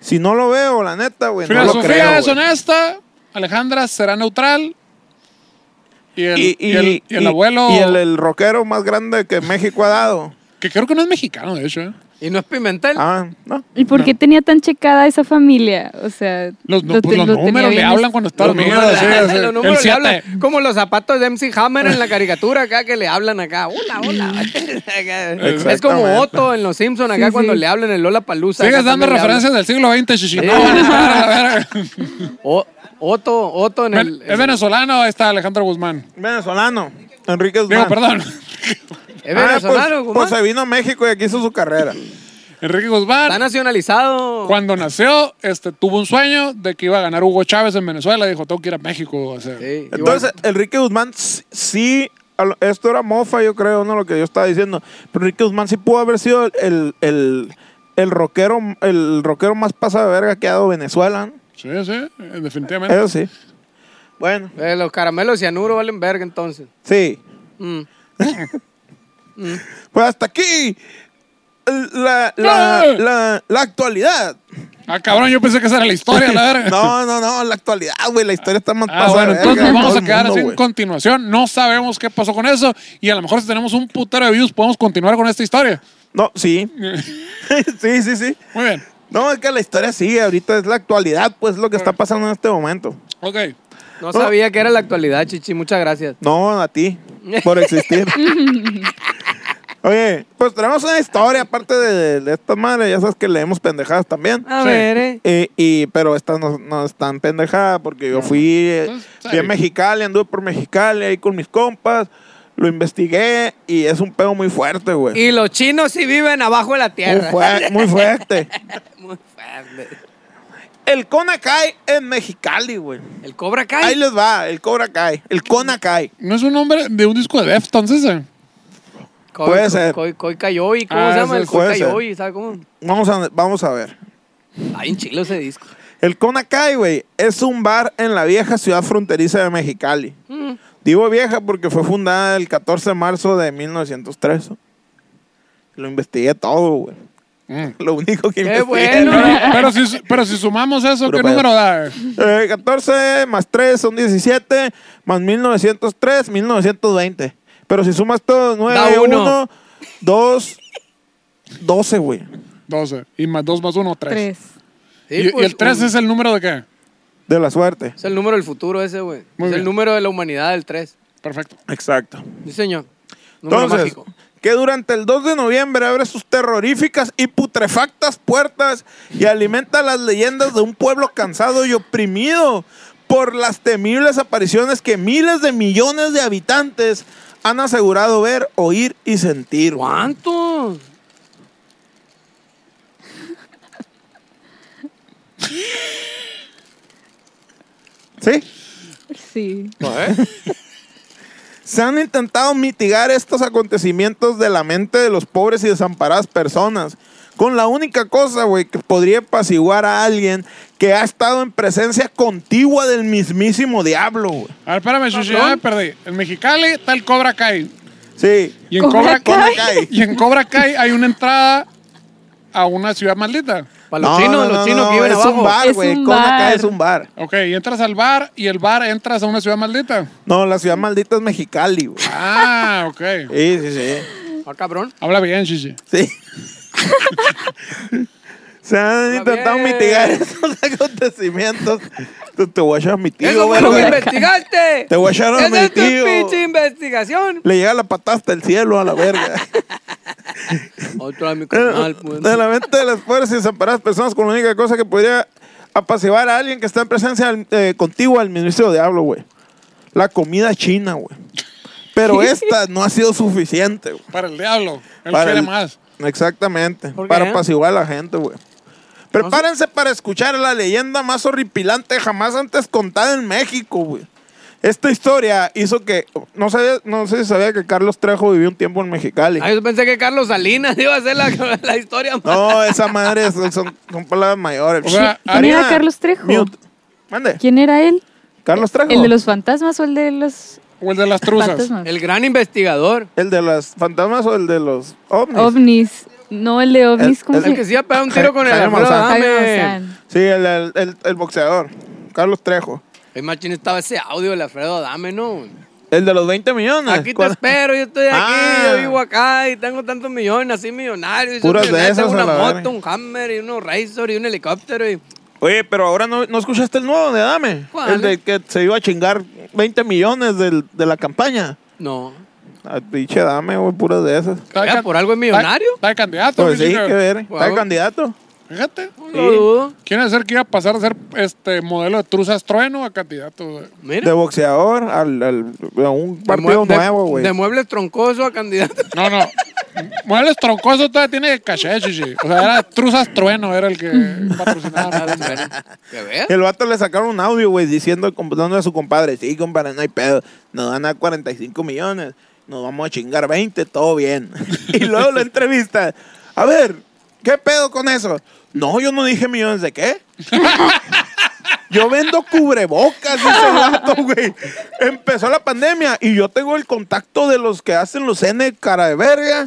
B: Si no lo veo, la neta, güey. No lo
A: Filosofía
B: creo,
A: es
B: güey.
A: honesta. Alejandra será neutral. Y el,
B: Y,
A: y, el, y el
B: y-
A: abuelo,
B: Y el, el rockero más grande que México ha dado.
A: que creo que no es mexicano, de hecho. ¿eh?
C: Y no es Pimentel.
B: Ah, no.
E: ¿Y por qué tenía tan checada esa familia? O sea,
A: Los, nu-
E: lo
A: pues
E: ten-
A: los
E: lo tenía
A: números le
E: bien-
A: hablan cuando está
B: Los
A: dormido.
B: números,
A: así,
B: ah,
A: así.
C: Los
A: El
C: números le
A: 7.
C: hablan como los zapatos de MC Hammer en la caricatura acá que le hablan acá. Hola, hola. es como Otto en Los Simpsons acá
E: Sí,
C: cuando
E: sí.
C: le hablan el Lola Palusa.
A: Sigues dando referencias del siglo XX, Shishi. No van a entrar a la verga.
E: *laughs*
C: Otto, Otto en
A: Ven-
C: el.
A: Es venezolano, ahí está Alejandro Guzmán.
B: Venezolano. Enrique Guzmán.
A: Digo, perdón. *laughs*
C: Es
B: Ah,
C: venezolano,
B: pues,
C: Guzmán.
B: pues se vino a México y aquí hizo
A: *laughs*
B: su carrera.
A: Enrique
C: Está
A: Guzmán,
C: nacionalizado.
A: cuando nació, este, tuvo un sueño de que iba a ganar Hugo Chávez en Venezuela. Dijo, tengo que ir a México. o sea.
C: Sí, igual.
B: Entonces, Enrique Guzmán s- sí, a lo- esto era mofa, yo creo, no lo que yo estaba diciendo, pero Enrique Guzmán sí pudo haber sido el, el, el, el rockero, el rockero más pasado de verga que ha dado Venezuela. ¿no?
A: Sí, sí, definitivamente.
B: Eso sí. Bueno,
C: Eh, los caramelos cianuro valen verga entonces.
B: sí.
C: Mm.
B: Pues hasta aquí la, la,
A: ¡Eh!
B: la- la actualidad.
A: Ah, cabrón, yo pensé que esa era la historia,
B: *laughs*
A: la verga.
B: No, no, no, la actualidad, güey, la historia está más
A: Ah,
B: pasada.
A: bueno,
B: de verga
A: entonces nos
B: que
A: vamos
B: todo
A: a
B: el
A: quedar
B: mundo,
A: así en
B: güey.
A: continuación. No sabemos qué pasó con eso. Y a lo mejor si tenemos un putero de views, podemos continuar con esta historia.
B: No, sí.
A: *laughs*
B: sí, sí, sí.
A: Muy bien.
B: No, es que la historia sigue, ahorita es la actualidad, pues lo que está pasando en este momento.
A: Ok.
C: No sabía que era la actualidad, Chichi. Muchas gracias.
B: No, a ti, por existir. Oye, pues tenemos una historia aparte de, de esta madre, ya sabes que leemos pendejadas también.
C: A
A: Sí.
C: ver, eh.
B: Eh, y, pero estas no, no están pendejadas porque yo fui, eh,
A: Pues,
B: fui a
A: sí.
B: Mexicali, anduve por Mexicali ahí con mis compas, lo investigué y es un pedo muy fuerte, güey.
C: Y los chinos sí viven abajo de la
B: Muy,
C: tierra.
B: fue- muy fuerte.
C: Muy fuerte.
B: El Conacay en Mexicali, güey.
C: El Cobra Kai.
B: Ahí les va, el Cobra Kai, el Conacay.
A: No es un nombre de un disco de Deftones ese.
C: Koi-
B: Puede ser.
C: Koi, Koi Kayoi, ¿cómo
A: Ah,
C: se llama?
A: sí,
C: El Koi
B: puede ser.
C: Kayoi, ¿sabes cómo?
B: Vamos a, vamos a ver.
C: Ay, en chilo ese disco.
B: El Conacay, güey, es un bar en la vieja ciudad fronteriza de Mexicali.
C: Mm.
B: Digo vieja porque fue fundada el 14 de marzo de 1903. Lo investigué todo, güey. *laughs*
A: Mm.
B: Lo único que
C: ¡Qué
B: investigué.
A: Pero,
C: bueno!
A: pero si, pero si sumamos eso,
B: Puro
A: ¿qué
B: pedo.
A: número da?
B: Eh, 14 más 3 son 17, más 1903, 1920. Pero si sumas todo, 9,
C: Da
B: 1,
C: uno.
B: 2, 12, güey.
A: 12. Y más 2 más 1, 3.
E: Tres.
C: Sí,
A: ¿Y,
C: pues,
A: y el 3
C: un-
A: es el número de qué?
B: De la suerte.
C: es el número del futuro ese, güey. Es
A: Muy
C: el
A: bien.
C: número de la humanidad, el 3.
A: Perfecto.
B: Exacto.
C: Sí, señor. Número
B: Entonces,
C: mágico.
B: que durante el 2 de noviembre abre sus terroríficas y putrefactas puertas y alimenta las leyendas de un pueblo cansado y oprimido por las temibles apariciones que miles de millones de habitantes han asegurado ver, oír y sentir.
C: ¿Cuánto?
B: ¿Sí?
E: Sí.
C: ¿Eh?
B: Se han intentado mitigar estos acontecimientos de la mente de los pobres y desamparadas personas. Con la única cosa, güey, que podría apaciguar a alguien que ha estado en presencia contigua del mismísimo diablo, güey.
A: A ver, espérame, Shushi, ya me perdí. En Mexicali está el Cobra Kai.
B: Sí.
A: Y en Cobra,
E: Cobra
A: Kai.
B: Kai.
A: *laughs* Y en Cobra Kai hay una entrada a una ciudad maldita.
C: Para los chinos, los chinos que viven
B: es
C: abajo.
B: un bar,
E: Es
B: güey.
E: un
B: Cobra Kai
E: bar.
B: es un bar.
A: Ok, y entras al bar y el bar entras a una ciudad maldita.
B: No, la ciudad maldita es Mexicali, güey.
A: Ah, ok.
B: Sí, sí, sí.
C: Ah, cabrón.
A: Habla bien, Shishi.
B: Sí. Se han intentado
C: bien.
B: mitigar *laughs* esos acontecimientos. Te, te voy a echar a mi
C: ¡Eso
B: tío,
C: fue lo que
B: verga.
C: investigaste!
B: *laughs* Te voy a echar a
C: ¡Esa
B: mi
C: es tu
B: tío.
C: pinche investigación!
B: Le llega la patada hasta el cielo a la verga.
C: Otra de
B: *laughs*
C: mi canal, pues.
B: De la mente de las pobres y desamparadas personas con la única cosa que podría apaciguar a alguien que está en presencia del- eh, contigo al ministro diablo, güey. La comida china, güey. Pero esta no ha sido suficiente, güey.
A: Para el diablo. Él
B: Para
A: quiere
B: el-
A: más.
B: Exactamente.
C: ¿Por qué?
B: Para apaciguar a la gente, güey. Prepárense para escuchar la leyenda más horripilante jamás antes contada en México, güey. Esta historia hizo que. No, sabía, no sé si sabía que Carlos Trejo vivió un tiempo en Mexicali.
C: Ah, yo pensé que Carlos Salinas *laughs* iba a hacer la, la historia.
B: No, esa madre es- son, son palabras mayores.
A: O sea,
E: ¿Quién era Carlos Trejo?
B: mute. Mande.
E: ¿Quién era él?
B: Carlos Trejo.
E: ¿El de los fantasmas o el de los
A: O el de las truzas.
E: fantasmas?
C: El gran investigador.
B: ¿El de las fantasmas o el de los ovnis?
E: ovnis. No, el de ovnis,
B: El-
E: ¿cómo
B: el
E: se
C: El que sí iba a pegar un tiro con el
B: Jaime
C: Alfredo
B: Maussan.
E: Jaime
C: Adame.
E: Maussan.
B: Sí, el, el- el- el boxeador. Carlos Trejo.
C: Ay, machín, estaba ese audio del Alfredo Adame, ¿no?
B: El de los 20 millones.
C: Aquí te
B: ¿Cuál?
C: espero, yo estoy aquí,
B: Ah.
C: yo vivo acá y tengo tantos millones, así millonario. y soy
B: Puras de
C: millonario, tengo
B: esas, a
C: una
B: la
C: moto,
B: verga.
C: un Hammer y unos Razor y un helicóptero y...
B: Oye, pero ahora no, no escuchaste el nuevo de Dame.
C: ¿Cuál?
B: El de que se iba a chingar 20 millones del- de la campaña.
C: No.
B: Ah, pinche Dame, güey, puras de esas.
A: Está de
C: Vea,
A: can-
C: por algo es millonario.
A: Está, está de candidato.
B: Pues sí,
A: pinche-
B: que ver.
C: Wow.
B: Está el candidato.
A: Fíjate.
C: No lo dudo.
A: Quiere decir que iba a pasar a ser este modelo de truzas trueno a candidato. güey.
C: Mira.
B: De boxeador al, al- a un partido
C: mue- de-
B: nuevo, güey.
C: De muebles troncosos a candidato.
A: No, no. Muebles troncosos todavía tiene caché, chichi. O sea, era truzas trueno, era el que
B: Ah,
A: patrocinaba.
C: ¿Qué ves?
B: El vato le sacaron un audio, güey, diciendo, comprándole a su compadre, sí, compadre, no hay pedo, nos van a dar 45 millones, nos vamos a chingar 20, todo bien. *laughs* y luego la entrevista, a ver, ¿qué pedo con eso? No, yo no dije millones de qué. Yo vendo cubrebocas, dice el vato, güey. Empezó la pandemia y yo tengo el contacto de los que hacen los N cara de verga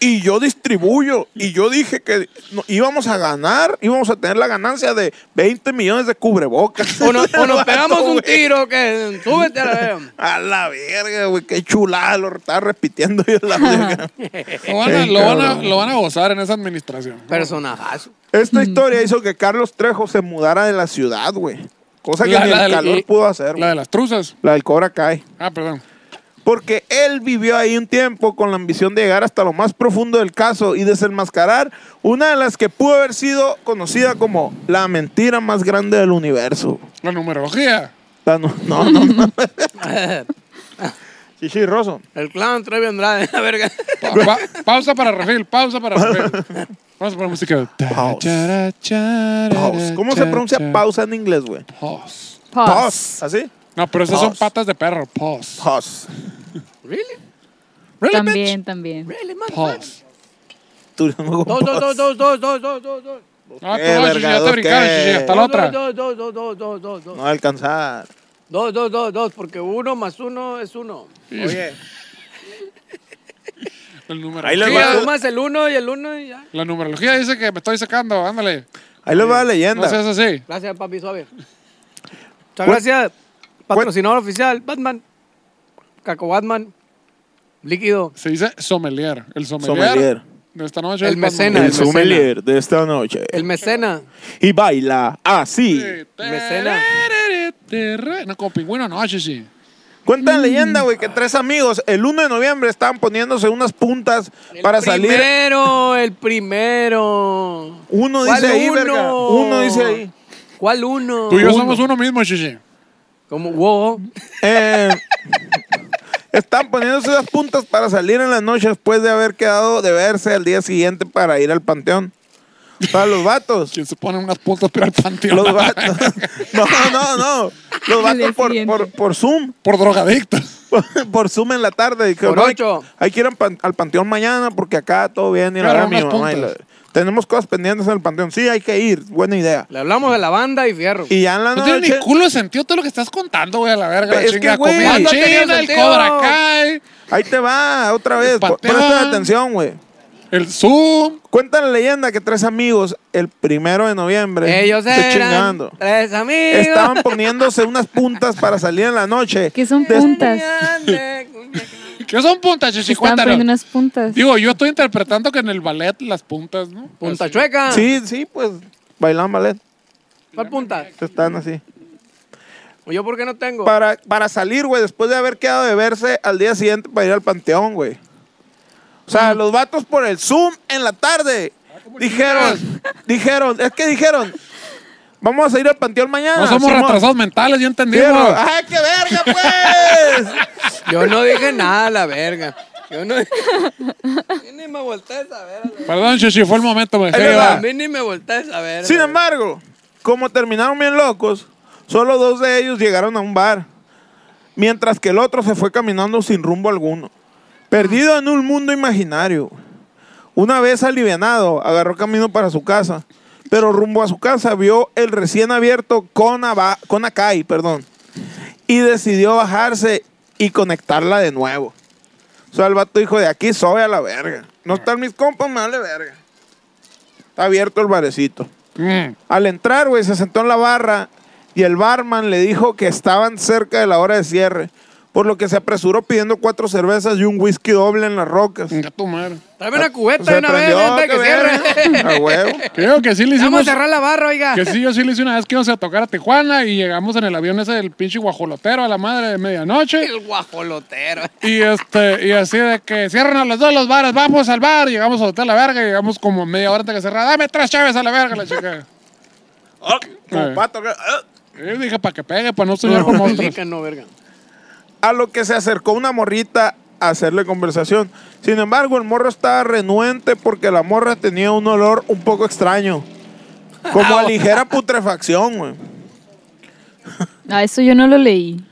B: y yo distribuyo. Y yo dije que no- íbamos a ganar, íbamos a tener la ganancia de 20 millones de cubrebocas.
C: O, nos- o
B: *laughs*
C: nos
B: El
C: pegamos
B: vato,
C: un
B: güey.
C: tiro, que súbete a la verga.
B: A la verga, güey, qué chulada, lo estaba repitiendo yo la verga.
A: Lo van, a,
B: Sí,
A: lo, van a,
B: cabrón.
A: lo van a gozar en esa administración.
C: Personajazo. *laughs*
B: Esta historia hizo que Carlos Trejo se mudara de la ciudad, güey. Cosa que ni el
A: del-
B: calor pudo hacer,
A: La
B: güey.
A: de las truzas.
B: La del Cobra Kai.
A: Ah, perdón.
B: Porque él vivió ahí un tiempo con la ambición de llegar hasta lo más profundo del caso y desenmascarar una de las que pudo haber sido conocida como la mentira más grande del universo.
A: La numerología.
B: La No, no, no.
A: *laughs*
B: no. Chichi Rosso.
C: El clan Trevi Andrade, *laughs* la verga.
A: Pa- pa- pausa para refil, pausa para refil. Vamos a poner música.
B: Pause.
A: Chara, chara,
B: Pause. ¿Cómo se
A: chara,
B: pronuncia
A: chara.
B: pausa en inglés, güey?
A: Pause.
E: Pause.
B: ¿Así?
A: No, pero esas son
B: Pause.
A: patas de perro. Pause.
B: Pause.
C: ¿Really?
A: Really,
E: También, también.
C: ¿Really, man?
A: bitch? Pause.
B: Tú no
C: Dos, dos, dos, dos, dos, dos, dos, dos, dos.
A: No, Ah, tú
B: ¿Qué,
A: no, Gigi, ya
B: vergados,
A: te brincaron,
B: qué?
A: Gigi, hasta la
C: Dos,
A: otra.
C: Dos, dos, dos, dos, dos, dos, dos.
B: No va a alcanzar.
C: Dos, dos, dos, dos, porque uno más uno es uno.
B: Oye.
A: La
B: Ahí les
C: Sí,
B: va.
A: numerología,
C: ya más el uno y el uno y ya.
A: la numerología dice que me estoy sacando, ándale.
B: Ahí les va la
A: No
B: leyenda.
A: seas así.
C: Gracias, papi, suave. Muchas gracias, patrocinador oficial, Batman, Caco Batman, Líquido,
A: Se dice sommelier. El sommelier,
B: Sommelier.
A: de esta noche.
C: El
A: es Batman.
C: mecena.
B: El
C: mecena.
B: sommelier de esta noche.
C: El Mecena.
B: Y baila así.
C: Mecena.
A: No, como pingüino no, Gigi.
B: Cuenta la leyenda, güey, que tres amigos el 1 de noviembre estaban poniéndose unas puntas para salir.
C: Primero, el primero.
B: Uno
C: ¿Cuál
B: dice ahí, verga. Uno dice ahí.
C: ¿Cuál uno?
A: Tú y yo somos uno mismo, Gigi.
C: Como, wow.
B: Eh, *laughs* estaban poniéndose esas puntas para salir en la noche después de haber quedado de verse al día siguiente para ir al panteón. Para los vatos.
A: *laughs* ¿Quién se pone unas puntas para el panteón?
B: Los vatos. *laughs* No, no, no. Los
E: Al día
B: vatos por,
E: siguiente.
B: por, por Zoom.
A: Por drogadictos.
B: *laughs* Por Zoom en la tarde. Dijeron,
C: Por
B: "No, hay-
C: ocho.
B: Hay que ir al, pan- al panteón mañana porque acá todo bien. Y la
A: Claro,
B: verdad, mi
A: unas
B: mamá y
A: puntas.
B: la- tenemos cosas pendientes en el panteón. Sí, hay que ir. Buena idea.
C: Le hablamos de la banda y fierro.
B: Y ya en la
A: No
B: noche.
A: tiene ni culo de sentido todo lo que estás contando, güey, a la verga. La
B: Es que,
A: chinga
B: güey,
A: comida
B: ¿cuándo
C: ha tenido
A: china, el
C: sentido?
A: Cobra Kai,
B: Ahí te va, otra vez. Pon-
A: panteón.
B: Ponte atención, güey.
A: el Zoom.
B: Cuenta la leyenda que tres amigos, el primero de noviembre,
C: Ellos
B: estoy
C: eran
B: chingando,
C: tres amigos.
B: estaban poniéndose unas puntas para salir en la noche.
E: ¿Qué son
B: Des-
E: puntas?
A: ¿Qué son puntas, Chichi?
E: Estaban
A: Cuéntanos.
E: poniendo unas puntas.
A: Digo, yo estoy interpretando que en el ballet las puntas, ¿no?
B: *laughs*
C: Punta
A: Así.
C: chueca.
B: Sí, sí, pues bailaban ballet,
C: ¿Cuál punta?
B: están así.
C: ¿O yo por qué no tengo?
B: Para, para salir, güey, después de haber quedado de verse al día siguiente para ir al panteón, güey. O sea, los vatos por el Zoom en la tarde dijeron, dijeron, es que dijeron, vamos a ir al panteón mañana.
A: No somos
B: Simón. ah.
A: retrasados mentales, ya
B: Dijeron,
A: entendimos.
B: ¡Ay, qué
A: *laughs*
B: verga, pues!
C: Yo no dije nada, la verga. Yo no dije... Yo ni me volteé a saber. a la-
A: Perdón, Chichi, fue el momento, me
B: Ahí
A: dejé
B: les va.
A: llevar.
C: A mí ni me volteé a saber.
B: Sin
C: la verga.
B: embargo, como terminaron bien locos, solo dos de ellos llegaron a un bar. mientras que el otro se fue caminando sin rumbo alguno, perdido en un mundo imaginario. Una vez alivianado, agarró camino para su casa, pero rumbo a su casa vio el recién abierto Conaba- Conacay, perdón, y decidió bajarse y conectarla de nuevo. O sea, el vato dijo, de aquí soy a la verga. No están mis compas, me vale verga. Está abierto el barecito.
A: Mm.
B: Al entrar, güey, se sentó en la barra y el barman le dijo que estaban cerca de la hora de cierre, por lo que se apresuró pidiendo cuatro cervezas y un whisky doble en las rocas.
C: Mm.
A: Venga tu madre.
C: Tráeme una cubeta de
B: Se
C: una vez
B: prendió,
C: antes de que
B: qué
C: cierre.
B: verga. A
C: *laughs*
B: huevo.
A: Creo que sí le
C: Vamos a
A: hicimos.
C: cerrar la barra, oiga.
A: Que sí, yo sí le hice una vez que íbamos a tocar a Tijuana y llegamos en el avión ese del pinche guajolotero a la madre de medianoche.
C: El guajolotero.
A: Y este, y así de que cierran a los dos los bares, vamos al bar, llegamos a botar la verga, y llegamos como media hora antes que cerrar, dame tres chaves a la verga, la chica.
B: Ah, como pato, ah.
A: Yo dije, para que pegue, para no soñar como otros.
C: Explica, no, verga.
B: A lo que se acercó una morrita a hacerle conversación. Sin embargo, el morro estaba renuente porque la morra tenía un olor un poco extraño.
C: *laughs* Ah,
B: Como a ligera putrefacción, güey.
E: Ah, eso yo no lo leí.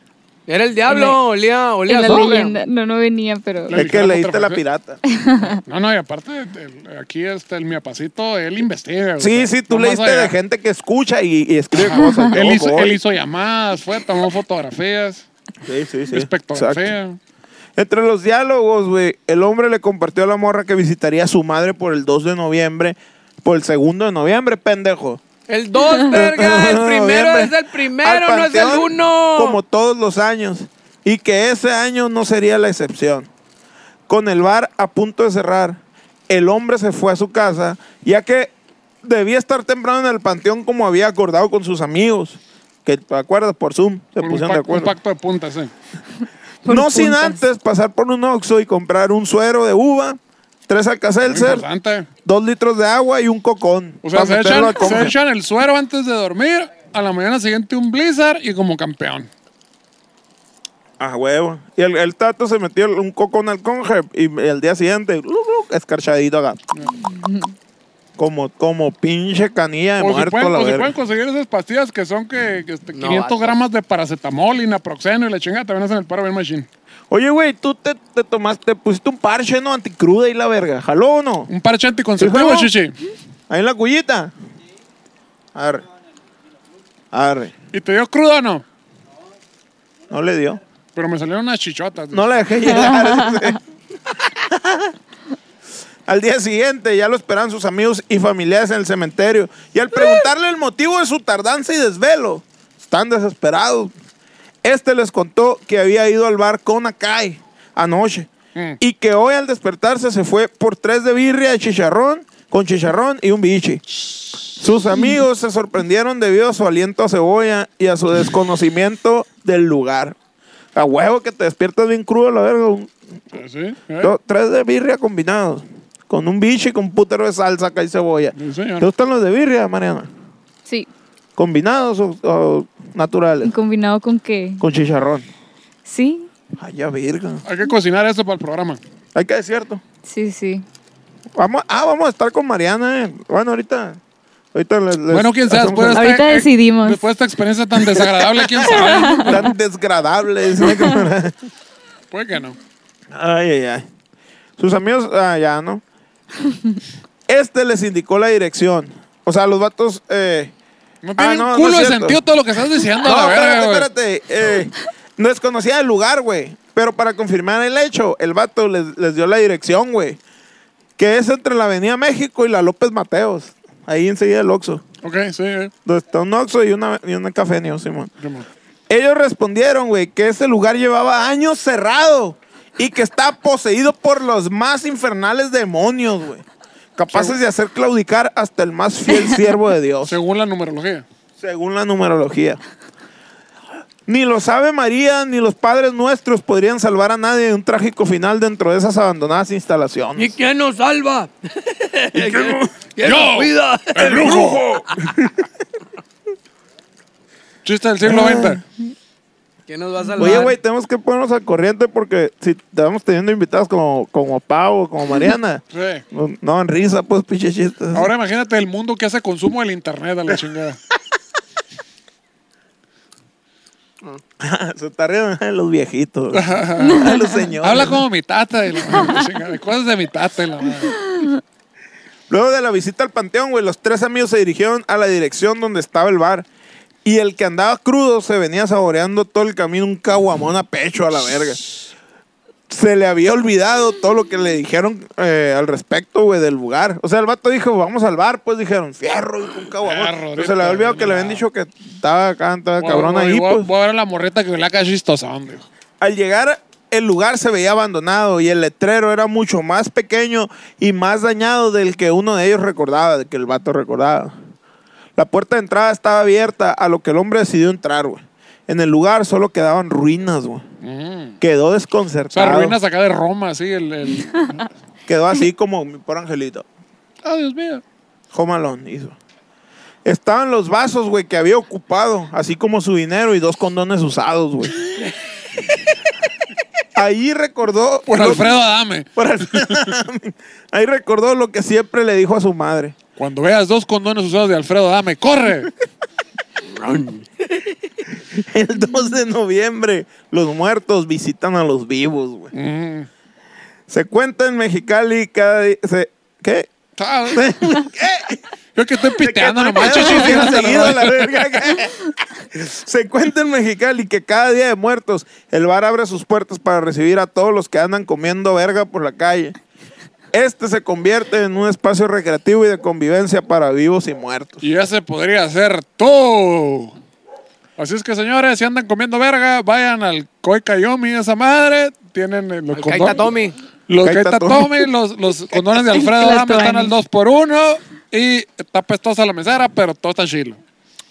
C: Era el diablo, olía, olía
E: en la
C: a sombra.
E: leyenda. No, no venía, pero.
A: La
B: Es que
A: ligera
B: leíste la
A: putrefacción.
B: pirata.
A: No, no, y aparte, el- aquí este, el miapacito, él investiga. o sea,
B: Sí, sí, tú
A: no más
B: leíste
A: allá.
B: de gente que escucha y, y escribe cosas. Yo
A: Él hizo,
B: voy.
A: él hizo llamadas, fue, tomó fotografías,
B: Sí, sí, sí. Exacto.
A: espectografía.
B: Entre los diálogos, güey, el hombre le compartió a la morra que visitaría a su madre por el 2 de noviembre, por el 2 de noviembre, pendejo.
C: El
B: *laughs*
C: 2, verga. El primero
B: Noviembre.
C: es el
B: Al
C: primero, no es el
B: panteón,
C: uno.
B: Como todos los años. Y que ese año no sería la excepción. Con el bar a punto de cerrar, el hombre se fue a su casa, ya que debía estar temprano en el panteón como había acordado con sus amigos. Que te acuerdas por Zoom, se
A: Un,
B: pusieron
A: pac-
B: de
A: un
B: acuerdo.
A: pacto de puntas, sí.
E: Por
B: No sin
E: puntas.
B: antes pasar por un Oxxo y comprar un suero de uva, tres
A: Muy
B: alcacelser,
A: Importante.
B: dos litros de agua y un cocón.
A: O sea,
B: pa'
A: se
B: meterlo
A: echan,
B: al cofre.
A: se echan el suero antes de dormir, a la mañana siguiente un blizzard y como campeón.
B: A huevo. Y el, el tato se metió un cocón al conge y el día siguiente, luc, luc, escarchadito acá. Como, como pinche canilla de
A: O Mm. si,
B: muerto
A: pueden,
B: la
A: o si
B: verga.
A: pueden conseguir esas pastillas que son que, que este,
C: No,
A: 500
C: vato.
A: gramos de paracetamol y naproxeno y la chingada, también hacen el paro bien machine.
B: Oye, güey, tú te, te tomaste, te pusiste un parche, ¿no? Anticruda y la verga. ¿Jaló o no?
A: Un parche anticonceptivo,
B: ¿Sí,
A: chichi.
B: Ahí en la cullita. Arre. Arre.
A: ¿Y te dio cruda o no?
B: No le dio.
A: Pero me salieron unas chichotas.
B: No la dejé llegar. al día siguiente ya lo esperan sus amigos y familiares en el cementerio. Y al preguntarle el motivo de su tardanza y desvelo, están desesperados. Este les contó que había ido al bar con Akai anoche.
A: Mm.
B: Y que hoy al despertarse se fue por tres de birria de chicharrón, con chicharrón y un bichi. Sus amigos se sorprendieron debido a su aliento a cebolla y a su desconocimiento del lugar. A huevo que te despiertas bien crudo, la verga. un-
A: ¿Sí? ¿Eh?
B: do- tres de birria combinados. Con un biche y con un putero de salsa, acá y cebolla.
A: Sí,
B: ¿Te
A: señor.
B: gustan los de birria, Mariana?
E: Sí.
B: ¿Combinados o, o naturales?
E: ¿Y combinado con qué?
B: Con chicharrón.
E: Sí,
B: Ay, ya virga.
A: Hay que cocinar esto para el programa.
B: Hay que cierto.
E: sí, sí.
B: Vamos, ah, vamos a estar con Mariana. eh. Bueno, ahorita. Ahorita les, les
A: Bueno, quién sabe.
B: hacemos
A: Después de
E: Ahorita
A: esta- eh,
E: decidimos.
A: Después de esta experiencia tan desagradable, quién
E: *laughs*
A: sabe.
B: algo Tan desgradable.
A: *laughs*
B: dice que-
A: Puede que no.
B: Ay, ay, ay. Sus amigos, ah, ya,
A: *laughs*
B: ¿no? Este les indicó la dirección. O sea, los vatos. Eh,
A: No
B: Ah,
A: tiene
B: no,
A: un
B: no
A: culo
B: es
A: de
B: cierto.
A: sentido todo lo que estás diciendo.
B: *laughs* no,
A: la verga,
B: espérate,
A: güey.
B: espérate. eh, desconocía el lugar, güey. Pero para confirmar el hecho, el vato les, les dio la dirección, güey. Que es entre la Avenida México y la López Mateos. Ahí enseguida el Oxxo.
A: Ok, sí. eh.
B: Donde está un Oxxo y una, y una café, Neo, Simón.
A: Simón.
B: Ellos respondieron, güey, que ese lugar llevaba años cerrado y que está poseído por los más infernales demonios, güey. Capaces de hacer claudicar hasta el más fiel siervo de Dios,
A: Según la numerología.
B: según la numerología. Ni lo sabe María, ni los padres nuestros podrían salvar a nadie de un trágico final dentro de esas abandonadas
C: ¿Y
B: instalaciones.
C: quién nos salva? ¿Quién
A: ¡Yo!
C: nos cuida?
A: ¡El brujo! Chiste del
B: Ah.
A: siglo XX.
C: ¿Quién nos va a salvar?
B: Oye, güey, tenemos que ponernos al corriente porque si estamos teniendo invitados como, como Pau, como Mariana,
A: Sí.
B: no, no en risa, pues, pinche chistes.
A: Ahora imagínate el mundo que hace consumo del internet a la chingada.
B: *laughs* Se está riendo de los viejitos. *laughs* de los señores.
A: Habla como mi tata. y la- chinga, de cosas de mi tata. y la madre.
B: Ah, Luego de la visita al panteón, güey, los tres amigos se dirigieron a la dirección donde estaba el bar. Y el que andaba crudo se venía saboreando todo el camino un caguamón a pecho a la verga. Se le había olvidado todo lo que le dijeron eh, al respecto, güey, del lugar. O sea, el vato dijo, vamos al bar, pues dijeron, fierro, hijo, un caguamón.
A: Fierro, "Ah".
B: Pero se le había
A: ahorita,
B: olvidado que le habían dicho que estaba acá, estaba
A: Voy-
B: cabrón
A: voy-
B: ahí,
A: voy-
B: pues.
A: Voy a ver a la morreta que la cachistosón, dijo.
B: Al llegar, el lugar se veía abandonado y el letrero era mucho más pequeño y más dañado del que uno de ellos recordaba, del que el vato recordaba. La puerta de entrada estaba abierta, a lo que el hombre decidió entrar, güey. En el lugar solo quedaban ruinas, güey.
A: Mm.
B: Quedó
A: O sea,
B: desconcertado.
A: ruinas acá de Roma, así. El, el-
B: Quedó así como mi por angelito.
A: Ah, Dios mío.
B: Home Alone hizo. Estaban los vasos, güey, que había ocupado, así como su dinero y dos condones usados,
A: *laughs*
B: güey. Ahí recordó.
A: Por
B: lo-
A: Alfredo Adame.
B: Por al- *laughs* Ahí recordó lo que siempre le dijo a su madre.
A: Cuando veas dos condones usados de Alfredo Adame, ¡corre!
B: El 2 de noviembre, los muertos visitan a los vivos, güey.
A: Mm.
B: Se cuenta en Mexicali cada día. se- ¿Qué? *laughs*
A: Ah, Yo que estoy piteando nomás,
B: Cada
A: chuchu,
B: día
A: fíjate,
B: seguido,
A: la
B: la
A: verdad.
B: verga, que- Se cuenta en Mexicali que cada día de muertos el bar abre sus puertas para recibir a todos los que andan comiendo verga por la calle. Este se convierte en un espacio recreativo y de convivencia para vivos y muertos.
A: Y ese podría ser tú. Así es que, señores, si andan comiendo verga, vayan al Coicayomi, esa madre. Tienen eh, los
C: Al Kaitatomi.
A: Los
B: Kaita
A: Kaita
B: Tommy.
A: Tommy, los, los condones de Alfredo
E: Las
A: Adame están
E: tuanis.
A: al 2x1 y está pestosa la mesera, pero todo está chilo.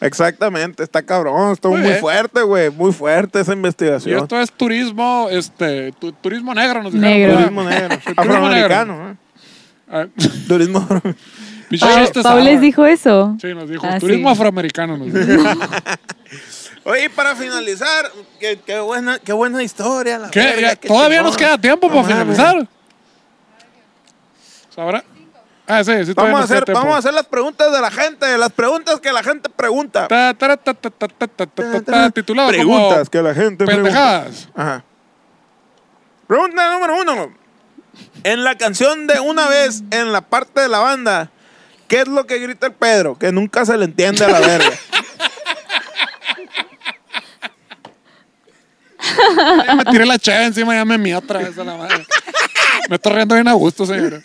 B: Exactamente, está cabrón, estuvo
A: Muy
B: muy,
A: bien.
B: fuerte, güey, muy fuerte esa
A: Y
B: investigación.
A: esto es turismo, este, tu- turismo negro, nos dijeron.
E: Negro.
A: ¿verdad?
B: Turismo
A: *laughs*
B: negro,
A: Turismo
B: afroamericano, ¿eh?
A: Ah, *laughs*
B: turismo.
A: pinche
E: Pa-
A: chiste
E: Pau
A: sábado.
E: les dijo eso.
A: este Sí, nos dijo,
E: Ah, sí.
A: turismo afroamericano, nos
E: *laughs*
A: dijo.
B: Oye, y para finalizar, qué, qué buena, qué buena historia.
A: *laughs*
B: La
A: ¿Qué?
B: verga,
A: Ya,
B: qué
A: ¿Todavía
B: chingón.
A: nos queda tiempo
B: No
A: para
B: mames.
A: finalizar? ¿Sabrá? Ah, sí, sí, todavía
B: Vamos a,
A: nos queda
B: hacer,
A: tiempo.
B: vamos a hacer las preguntas de la gente, las preguntas que la gente pregunta.
A: Ta, tara, ta, ta, ta, ta, ta, ta, ta, ta, titulado como
B: preguntas que la gente
A: Pendejadas.
B: pregunta. Ajá. Pregunta número uno. En la canción de Una vez, en la parte de la banda, ¿qué es lo que grita el Pedro? Que nunca se le entiende a la verga.
A: Ya me tiré la chave encima, ya me mié otra vez a la
B: *laughs*
A: madre. Me estoy riendo bien a gusto, señora.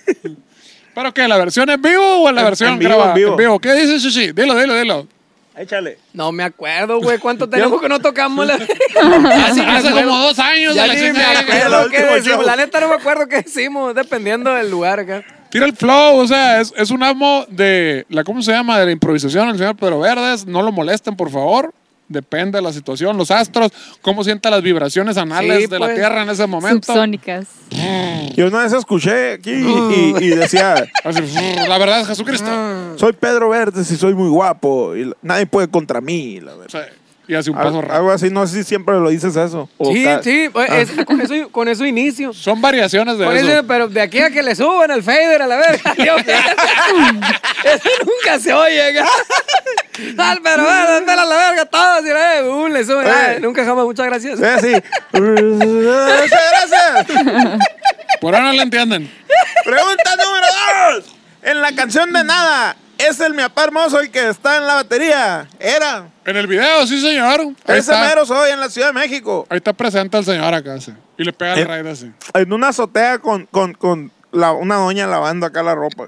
A: ¿Pero qué? ¿La versión en vivo o en la
B: En-
A: versión
B: en vivo,
A: grabada?
B: en vivo.
A: ¿Qué dice Shishi? Dilo, dilo, dilo.
B: Échale.
C: No me acuerdo,
B: *laughs*
C: güey. ¿Cuánto tenemos que no tocamos la.? Hace,
A: Hace como dos años
C: Ah, Ya
A: de la
C: ni me
A: chingada.
B: El
C: acuerdo qué
B: último
C: decimos.
B: show.
C: La neta no me acuerdo qué decimos, dependiendo del lugar acá.
A: Tira el flow, o sea, es, es un amo de la, ¿cómo se llama? De la improvisación, el señor Pedro Verdes. No lo molesten, por favor. Depende de la situación, los astros, cómo sienta las vibraciones anales
C: Sí,
A: de la
C: pues.
A: Tierra en ese momento.
E: Subsónicas.
B: Yo una vez escuché aquí y, y- y decía,
A: Así, la verdad es Jesucristo.
B: soy Pedro Verdes y soy muy guapo y la- nadie puede contra mí. la
A: O
B: verdad.
A: sea, y hace un
B: Al-
A: paso
B: algo,
A: rápido.
B: así, no sé si siempre lo dices eso. o Ah.
C: Sí,
B: cada-
C: sí, pues, es- con, eso, con eso inicio.
A: Son variaciones de
C: Con
A: eso.
C: eso, pero de aquí a que le suban al fader a la verga. *laughs* Dios mío. eso nunca se
B: *laughs*
C: oye. ca. Al pero bueno, espera a la verga todos. Y la, eh, uh, le suben.
B: Eh.
C: Ay, nunca jamás, muchas gracias.
B: Sí, *laughs* así. gracias, gracias.
A: Por ahora no le entienden.
B: Pregunta número dos. En la canción de nada, ¿es el mi apá hermoso el que está en la batería? Era.
A: En el video, sí, señor. Ahí
B: Ese
A: está,
B: mero soy en la Ciudad de México.
A: ahí está presente el señor acá, sí. Y le pega el
B: Eh.
A: raid así.
B: En una azotea con, con, con la- una doña lavando acá la ropa.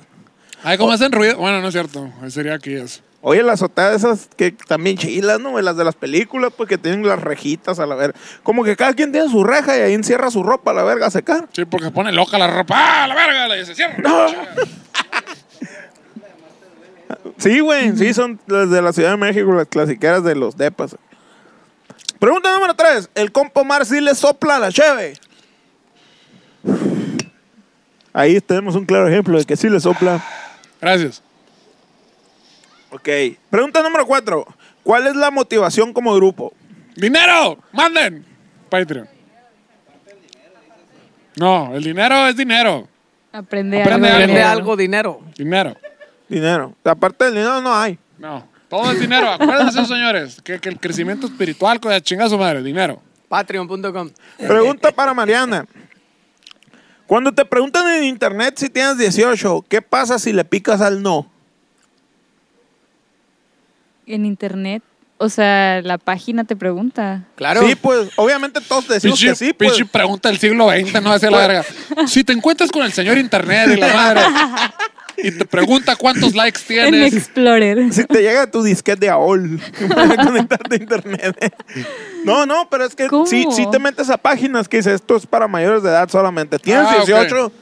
A: Ay, ¿cómo hacen ruido? Bueno, no es cierto. Ahí sería aquí eso.
B: Oye, la azotea de esas que también chilas, ¿no? güey? Las de las películas, pues que tienen las rejitas a la verga. Como que cada quien tiene su reja y ahí encierra su ropa a la verga a secar.
A: Sí, porque se pone loca la ropa. ¡Ah, la verga! Le dice, cierra.
B: Sí, güey, sí, son las de la Ciudad de México, las clasiqueras de los depas. Pregunta número 3. ¿El compa Omar sí le sopla a la cheve? Ahí tenemos un claro ejemplo de que sí le sopla.
A: Gracias.
B: Ok. Pregunta número 4. ¿Cuál es la motivación como grupo?
A: ¡Dinero! ¡Manden! Patreon. No, el dinero es dinero.
E: Aprende,
A: Aprende
E: algo.
C: Prende
A: dinero.
C: algo, dinero.
A: Dinero.
B: Dinero. Aparte del dinero no hay.
A: No. Todo es dinero. Acuérdense, señores, que, que el crecimiento espiritual, con la chingada su madre, dinero.
C: Patreon.com.
B: Pregunta para Mariana. Cuando te preguntan en internet si tienes 18, ¿qué pasa si le picas al no?
E: En internet. O sea, la página te pregunta.
C: Claro.
B: Sí, pues, obviamente todos decimos
A: Pinche,
B: que sí, pues.
A: pinche pregunta del siglo XX, no hace la verga. Si te encuentras con el señor internet y la madre y te pregunta cuántos likes
E: En
A: tienes,
E: Explorer.
B: Si te llega tu disquete de AOL *laughs* para conectarte a internet. No, no, pero es que
E: ¿Cómo?
B: si, te metes a páginas que dice esto es para mayores de edad solamente. Tienes
A: Ah, ok.
B: 18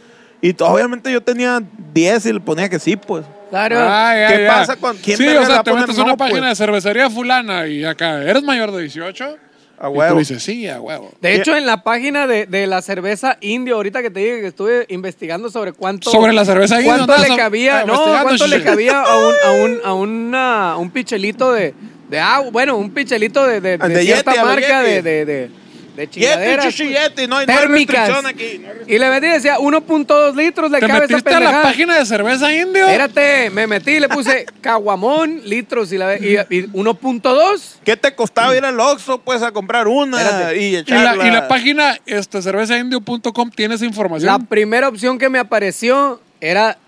B: y t- obviamente yo tenía 10 y le ponía que sí, pues.
C: Claro.
A: Ah, ya,
B: ¿Qué
A: ya.
B: pasa con- quién
A: Sí,
B: verga
A: o
B: le va
A: sea,
B: a
A: te
B: poner
A: metes a una
B: no,
A: página
B: pues?
A: de cervecería fulana y acá, ¿eres mayor de 18?
B: A
A: Y
B: huevo.
A: tú dices, sí, a huevo.
C: De hecho, en la página de, de la cerveza indio, ahorita que te dije que estuve investigando sobre cuánto.
A: Sobre la cerveza indio,
C: ¿Cuánto
A: andabas
C: le
A: a-
C: cabía?
A: ah,
C: No,
A: investigando,
C: cuánto le
A: sí.
C: cabía a un, a un, a una- un pichelito de, de agua. Bueno, un pichelito de, de, de
B: De Yeti,
C: cierta
B: a los
C: marca de,
B: Yeti.
C: de, de, de
B: Yeti,
C: chingaderas,
B: chichi,
C: pues,
B: yeti, no hay, no hay
C: térmicas.
B: restricción aquí. no hay restricción.
C: y le metí, decía 1.2 litros le
A: ¿Te
C: cabe esa
A: metiste a la
C: pendejada.
A: página de cerveza indio?
C: Espérate, me metí y le puse caguamón, litros y, la, y, y 1.2.
B: ¿Qué te costaba ir al Oxxo, pues, a comprar una
C: Espérate.
B: y
A: Y la,
B: echarla?
A: y la página este, cervezaindio.com tiene esa información.
C: La primera opción que me apareció era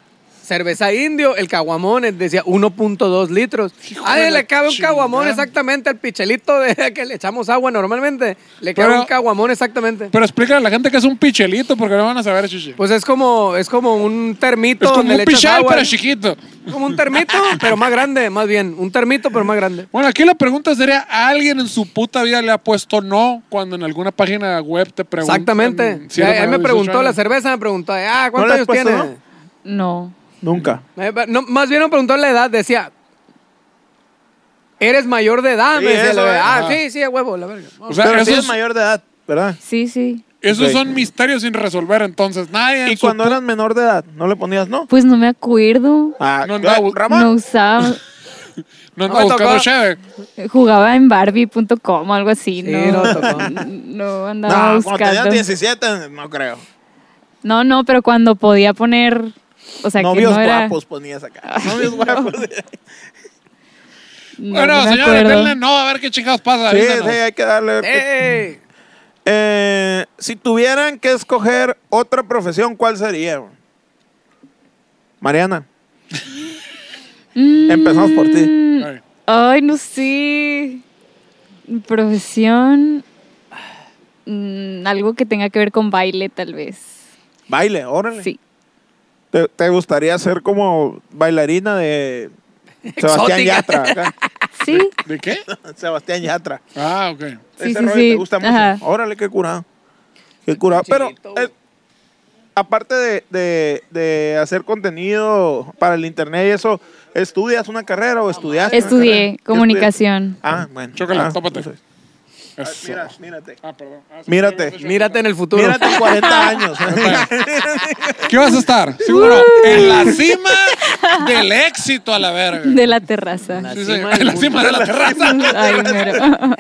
C: cerveza indio, el caguamón, eh, decía 1.2 litros.
A: Hijo
C: A
A: de
C: él
A: la
C: le cabe un
A: chingada.
C: caguamón exactamente al pichelito de *laughs* que le echamos agua normalmente. Le cabe
A: Pero-
C: un caguamón exactamente.
A: Pero explícale a la gente que es un pichelito porque no van a saber, chichi.
C: pues es como, es como un termito
A: es como
C: donde le
A: un
C: echas
A: pichal,
C: agua.
A: pero chiquito.
C: Como un termito, pero más grande, más bien. Un termito, pero más grande.
A: Bueno, aquí la pregunta sería, ¿a ¿alguien en su puta vida le ha puesto no cuando en alguna página web te preguntan?
C: Exactamente.
A: si
C: Ahí-
A: eres
C: ahí me
A: mayor de 18
C: preguntó la
A: años?
C: cerveza, me preguntó, ah, ¿cuántos
B: le has
C: años
B: puesto,
C: tiene?
B: no?
E: No.
B: Nunca.
C: Eh, pero no, más bien me preguntó la edad, decía. Eres mayor de edad,
B: Sí,
C: me decía.
B: eso, Pues,
C: la
B: eh.
C: verdad. ah,
A: Ajá.
C: sí, sí, a huevo, la verga.
A: O
C: Vamos.
A: sea,
B: Pero si
A: esos,
B: eres mayor de edad, ¿verdad?
E: Sí, sí.
A: esos
B: Ok.
A: son misterios sin resolver, entonces. Nadie en
B: Y
A: su
B: cuando
A: pu-
B: eras menor de edad, ¿no le ponías no?
E: Pues no me acuerdo.
B: Ah,
A: No andaba bu-
B: Ramón.
E: No usaba.
A: no
C: No
A: anda
C: me
A: buscando
C: tocó.
A: cheve.
E: Jugaba en Barbie.com o algo así,
C: Sí,
E: ¿no?
C: no tocó.
E: *laughs* No
B: No,
E: andaba
B: cuando tenías
E: buscando.
B: 17, no creo.
E: No, no, pero cuando podía poner. O sea, que
B: Novios
E: no era.
B: guapos pues, ponías acá. Novios guapos.
E: no,
A: bueno,
E: no me
A: señores,
E: acuerdo.
A: denle no, a ver qué chingados pasa.
B: Sí, sí,
A: avísenos.
B: hay que darle.
A: Eh.
C: ¡Ey!
B: Eh, si tuvieran que escoger otra profesión, ¿cuál sería? güey? Mariana. Empezamos por ti.
E: Mm,
A: Ay.
E: Ay, no sé. Mi Profesión. mm, algo que tenga que ver con baile, tal vez.
B: Baile, órale.
E: Sí.
B: ¿Te, te gustaría ser como bailarina de Sebastián
A: *laughs*
C: Exótica.
B: Yatra? acá?
E: Sí.
A: ¿De qué?
B: Sebastián Yatra.
A: Ah, ok.
B: Ese
E: Sí, sí,
B: rollo
E: sí.
B: te gusta mucho.
E: Ajá.
B: Órale, qué curado. Qué curado. Pero
C: Chilito.
B: eh, aparte de, de- de hacer contenido para el internet y eso, ¿estudias una carrera o estudiaste? una carrera? ¿Qué
E: Estudié
B: estudiaste?
E: comunicación.
B: Ah, bueno.
A: Chócala,
B: Ah,
A: tópate.
B: entonces,
A: Eso.
B: mira, mírate.
A: Ah, perdón. Ah, sí,
B: Mírate.
A: sí, sí, sí.
C: Mírate en el futuro.
B: Mírate en 40 años.
A: ¿Qué vas a estar? Seguro. En la cima del éxito a la verga.
E: De la terraza.
A: Sí,
C: La
A: sí,
C: cima
A: en
C: del
A: la cima de la terraza.
E: Ay, mero.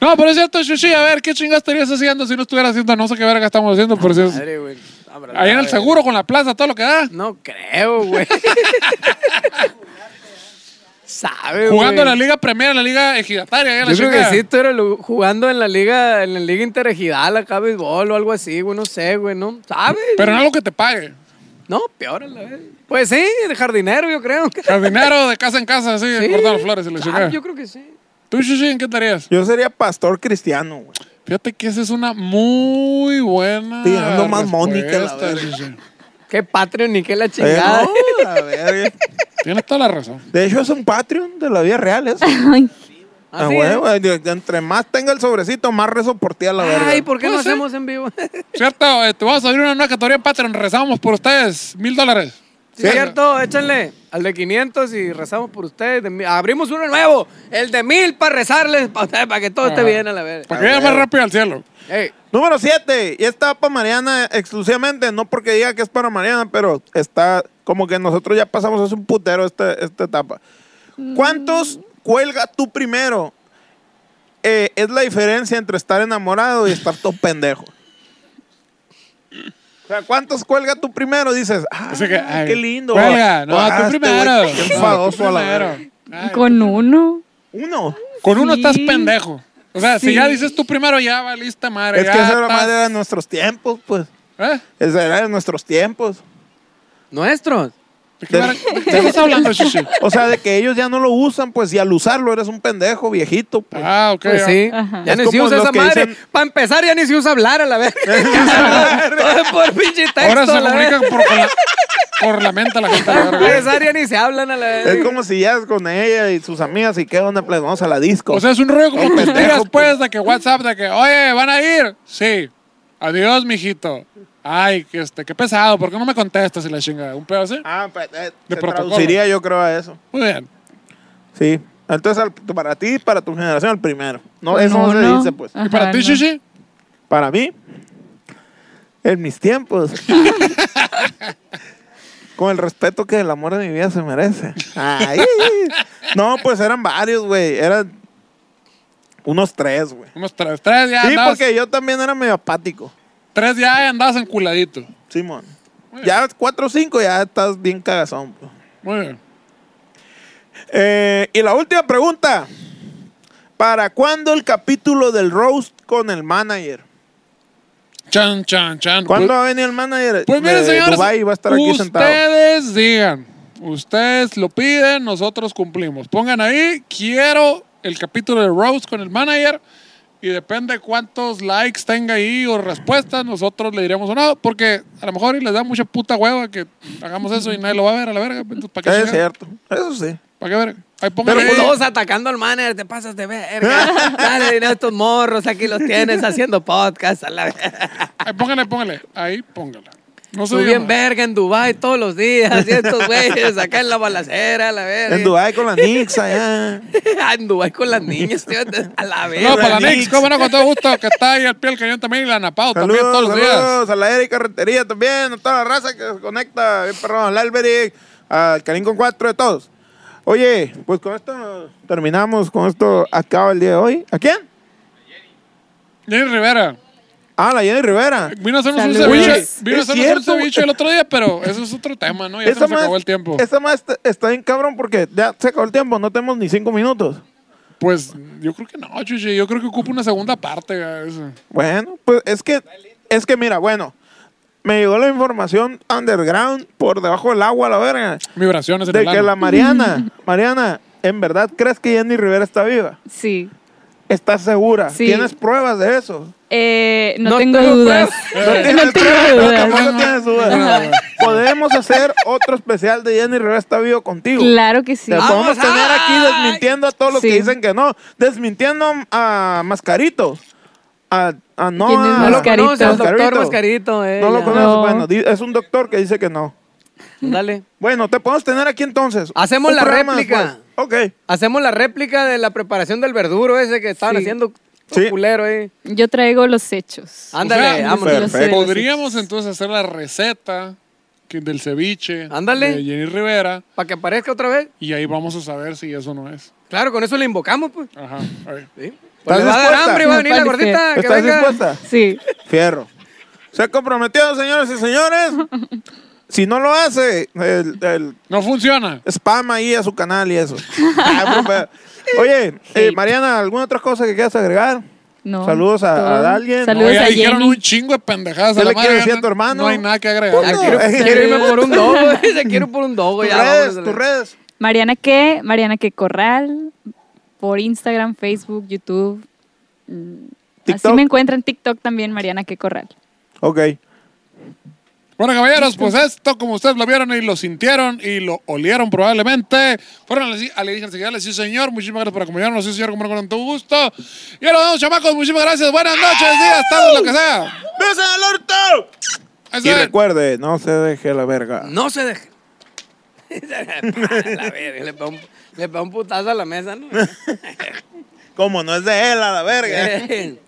A: No, pero es cierto, Chuchi, a ver, ¿qué chingas estarías haciendo si no estuvieras haciendo no sé qué verga estamos haciendo? Por si es-
C: Madre, güey. Abra la
A: Ahí en el
C: verga.
A: seguro, con la plaza, todo lo que da.
C: No creo, güey. *laughs* Sabe, güey.
A: Jugando en la Liga Premier, en la Liga Ejidataria. ahí en la
C: Yo creo que
A: chingada.
C: sí, tú eras lu- jugando en la liga, en la liga interregional, acá béisbol o algo así, güey, no sé, güey, ¿no? ¿Sabes?
A: Pero no algo que te pague.
C: No, peor a la vez. Pues sí, el jardinero, yo creo.
A: Jardinero de casa en casa, así,
C: Sí.
A: cortando flores y la
C: Ah,
A: chingada.
C: Yo creo que sí.
A: ¿Tú, Chuchi, en qué estarías?
B: Yo sería pastor cristiano, güey.
A: Fíjate que esa es una muy buena.
B: Tirando más
A: respuesta,
B: Mónica, la verga.
A: Chuchi.
C: Qué Patreon ni qué la
B: Eh,
C: chingada.
B: no, a ver,
A: Tienes toda la razón.
B: De hecho, es un Patreon de la vida real,
E: *laughs*
B: eso.
E: Ay,
B: Ah,
C: Así,
B: huevo,
C: ¿eh?
B: eh, Entre más tenga el sobrecito, más rezo por ti a la verga.
C: Ay, ¿por qué no
A: Puede ser.
C: hacemos en vivo?
A: Cierto, este, vamos a abrir una nueva categoría en Patreon. Rezamos por ustedes. Mil dólares.
C: Sí, cierto, échenle al de 500 y rezamos por ustedes. de mil. Abrimos uno nuevo, el de 1000 para rezarles, para ustedes, para que todo esté
A: Ajá.
C: bien a la vez.
B: Ah,
A: Para que vayan más rápido al cielo.
C: Ey,
B: Número 7. Y esta va para Mariana exclusivamente. No porque diga que es para Mariana, pero está como que nosotros ya pasamos hace un putero esta, esta etapa. ¿Cuántos cuelga tú primero? Eh, es la diferencia entre estar enamorado y estar todo pendejo. O sea, ¿cuántos cuelga tú primero? Dices, ah,
A: O sea que, ay,
B: qué lindo.
A: cuelga.
B: o,
A: No,
B: ah,
A: tú
B: este
A: primero.
B: güey, Qué
A: No,
B: enfadoso
A: tú
B: a la
A: primero.
B: verga.
A: Ay,
E: Con uno.
B: Uno.
A: Con uno
E: Sí.
A: estás pendejo. O sea, si
E: Sí.
A: ya dices tú primero, ya valiste madre.
B: Es que
A: ya
B: esa era
A: estás-
B: madre de nuestros tiempos, pues.
A: ¿Eh?
B: Esa era de nuestros tiempos.
C: ¿Nuestros?
A: ¿De qué,
B: *laughs*
A: madre- de qué estás hablando, Shishi?
B: O sea, de que ellos ya no lo usan, pues, y al usarlo eres un pendejo viejito, pues.
A: Ah, ok.
C: Pues sí.
E: Ajá.
C: Ya
B: Es
C: ni se
B: como
C: usa
B: los
C: esa
B: que
C: madre.
B: dicen-
C: Para empezar, ya ni se usa hablar a
B: *laughs*
C: la vez. *laughs* Todo es por pinche texto.
A: Ahora se
C: a la
A: comunican
C: vez.
A: por, con la- por la mente a la gente. la
C: Para
A: verga.
C: empezar, ya ni se hablan a la vez.
B: Es como si ya es con ella y sus amigas y qué onda, pues, vamos a la disco.
A: O sea, es un rollo como
B: No,
A: mentiras,
B: pendejo,
A: pues, de que WhatsApp, de que, oye, ¿van a ir? Sí. Adiós, mijito. Ay, que este, qué pesado, ¿por qué no me contestas y la chinga? ¿Un pedo así?
B: ah, pues, eh,
A: De
B: se
A: protocolo.
B: traduciría yo creo a eso.
A: Muy bien.
B: Sí. Entonces, al- para ti y para tu generación, el primero. No, eso no,
E: Con
B: se
E: uno.
B: dice, pues.
A: ¿Y para
E: Ajá,
A: ti,
E: no.
A: Shishi?
B: Para mí, en
A: *laughs*
B: mis tiempos, con el respeto que el amor de mi vida se merece. Ay. No, pues eran varios, güey. Eran unos tres, güey.
A: Unos tres, tres ya
B: Sí,
A: andabas,
B: porque yo también era medio apático,
A: tres ya andabas enculadito.
B: Simón. Ya cuatro o cinco ya estás bien cagazón. pues.
A: Muy bien.
B: Eh, y la última pregunta. ¿Para cuándo el capítulo del roast con el manager?
A: Chan, chan, chan.
B: ¿Cuándo va a venir el manager?
A: Pues miren,
B: de
A: señores,
B: Dubái va a estar aquí sentado.
A: ustedes digan, ustedes lo piden, nosotros cumplimos. Pongan ahí, quiero el capítulo de Rose con el manager y depende cuántos likes tenga ahí o respuestas, nosotros le diremos o no, porque a lo mejor y les da mucha puta hueva que hagamos eso y nadie lo Eh, va a ver a la verga. pues, Entonces, ¿para qué
B: Es
A: chingar?
B: cierto. Eso sí.
A: ¿Para qué verga? Ahí pongan
C: Pero
B: pues
A: ahí.
C: todos atacando al manager, te pasas de verga.
B: *laughs*
C: Dale dinero a estos morros, aquí los tienes haciendo podcast a la verga.
A: Ahí póngale, póngale. Ahí póngala. No se
C: Tú
A: diga
C: bien
A: más.
C: verga en Dubai todos los días, y estos güeyes acá en la balacera, a la verga.
B: En Dubái con la
A: *laughs*
B: Nix allá.
C: Ah, *laughs* en Dubái con las niñas, tío, a la
A: No,
C: verga.
A: para la
B: Nix.
A: Nix, cómo no, con todo gusto, que está ahí al pie del cañón también y la Napao también
B: Saludos,
A: todos los días.
B: saludos a la Eric Carretería también, a toda la raza que se conecta, bien perrón, al Alberic, al Karim con cuatro, de todos. Oye, pues con esto terminamos, con esto acaba el día de hoy. ¿A quién?
A: Jenny Rivera.
B: Ah, la Jenny Rivera.
A: Vino a hacernos un
E: Saludos.
A: ceviche,
E: Oye,
A: vino a hacernos
B: es
A: un
B: cierto,
A: ceviche el otro día, pero eso es otro tema, ¿no? Ya se
B: Esta
A: nos acabó el tiempo.
B: Esta más está, está bien cabrón porque ya se acabó el tiempo, no tenemos ni cinco minutos.
A: Pues yo creo que no, Chuchi. Yo creo que ocupa una segunda parte. a eso.
B: Bueno, pues es que, es que mira, bueno, me llegó la información underground por debajo del agua, la verga.
A: Vibraciones en
B: De
A: el
B: que
A: ano. *laughs*
B: la Mariana, Mariana, ¿en verdad crees que Jenny Rivera está viva?
E: Sí.
B: ¿Estás segura?
E: Sí.
B: ¿Tienes pruebas de eso?
E: Eh, no,
C: No
E: tengo,
C: tengo
E: dudas.
A: Eh,
E: No tengo
B: No,
E: dudas.
B: tampoco tienes dudas.
A: No.
B: Podemos hacer otro especial de Jenny Rivera está viva contigo.
E: Claro que sí.
B: Te
A: Ah,
B: podemos
C: ¡Vamos!
B: tener aquí desmintiendo a todos los
E: Sí.
B: que dicen que no. Desmintiendo a Mascarito. A, a no
E: ¿Quién es
B: a-
C: No lo
E: Mascarito.
C: conoce, el doctor Mascarito, eh.
B: No lo
C: ya.
B: conoces.
E: No.
B: Bueno, di- es un doctor que dice que no.
C: Dale.
B: Bueno, te podemos tener aquí entonces.
C: Hacemos
B: Un
C: la
B: programa
C: réplica.
B: después. Ok.
C: Hacemos la réplica de la preparación del verduro ese que estaban
E: Sí.
C: haciendo
B: Sí.
C: culero ahí.
E: Yo traigo los hechos.
C: Ándale,
A: O sea,
C: vámonos.
B: Perfecto.
A: Podríamos entonces hacer la receta que- del ceviche
C: Ándale.
A: de Jenny Rivera
C: Para que aparezca otra vez.
A: y ahí vamos a saber si eso no es.
C: Claro, con eso le invocamos, pues.
A: Ajá. a ver.
C: Sí.
B: ¿Estás
C: Pues le va a dar
B: dispuesta?
C: hambre, va a
E: Me
C: venir la
E: parece.
C: gordita. Ah, Que
B: ¿Estás
C: venga.
B: dispuesta?
E: Sí.
B: Fierro. Se ha comprometido, señores y
C: *laughs*
B: señores. Si no lo hace, el, el
A: No funciona.
B: spam ahí a su canal y
C: *laughs*
B: eso. Ah, profe. Oye, eh, Mariana, ¿alguna otra cosa que quieras agregar?
E: No,
B: Saludos a-
E: todo.
B: a alguien.
E: Saludos
A: Oye,
E: a
A: dijeron
E: Jenny.
A: un chingo de pendejadas.
B: ¿Qué
A: a la
B: le quieres
A: madre,
B: decir a
A: no-
B: tu hermano?
A: No hay nada que
B: Puta.
A: agregar.
C: Ya quiero,
B: Eh,
C: quiero irme por
B: *laughs*
C: un dogo. eh, Se quiero ir por un dogo.
B: Tus
C: Ya, vámonos a
B: redes,
C: la-
B: tus redes.
E: Mariana que, Mariana que Corral, por Instagram, Facebook, YouTube. mm, Así
B: TikTok.
E: me encuentran en TikTok también, Mariana que Corral.
B: Ok.
A: Bueno, caballeros, pues esto, como ustedes lo vieron y lo sintieron y lo olieron probablemente, fueron ali- alienígenas seguidores, sí señor, muchísimas gracias por acompañarnos, sí señor, como no, con todo gusto. Y ahora nos vemos, chamacos, muchísimas gracias, buenas noches, días, tardes, lo que sea.
B: ¡Besos en el orto!
A: Ahí se
B: Y
A: ven.
B: recuerde, no se deje la verga.
C: No se deje. *laughs* la verga, le pegó un, le pegó un putazo a la mesa, ¿no?
B: Como no es de él a la verga.
C: Eh.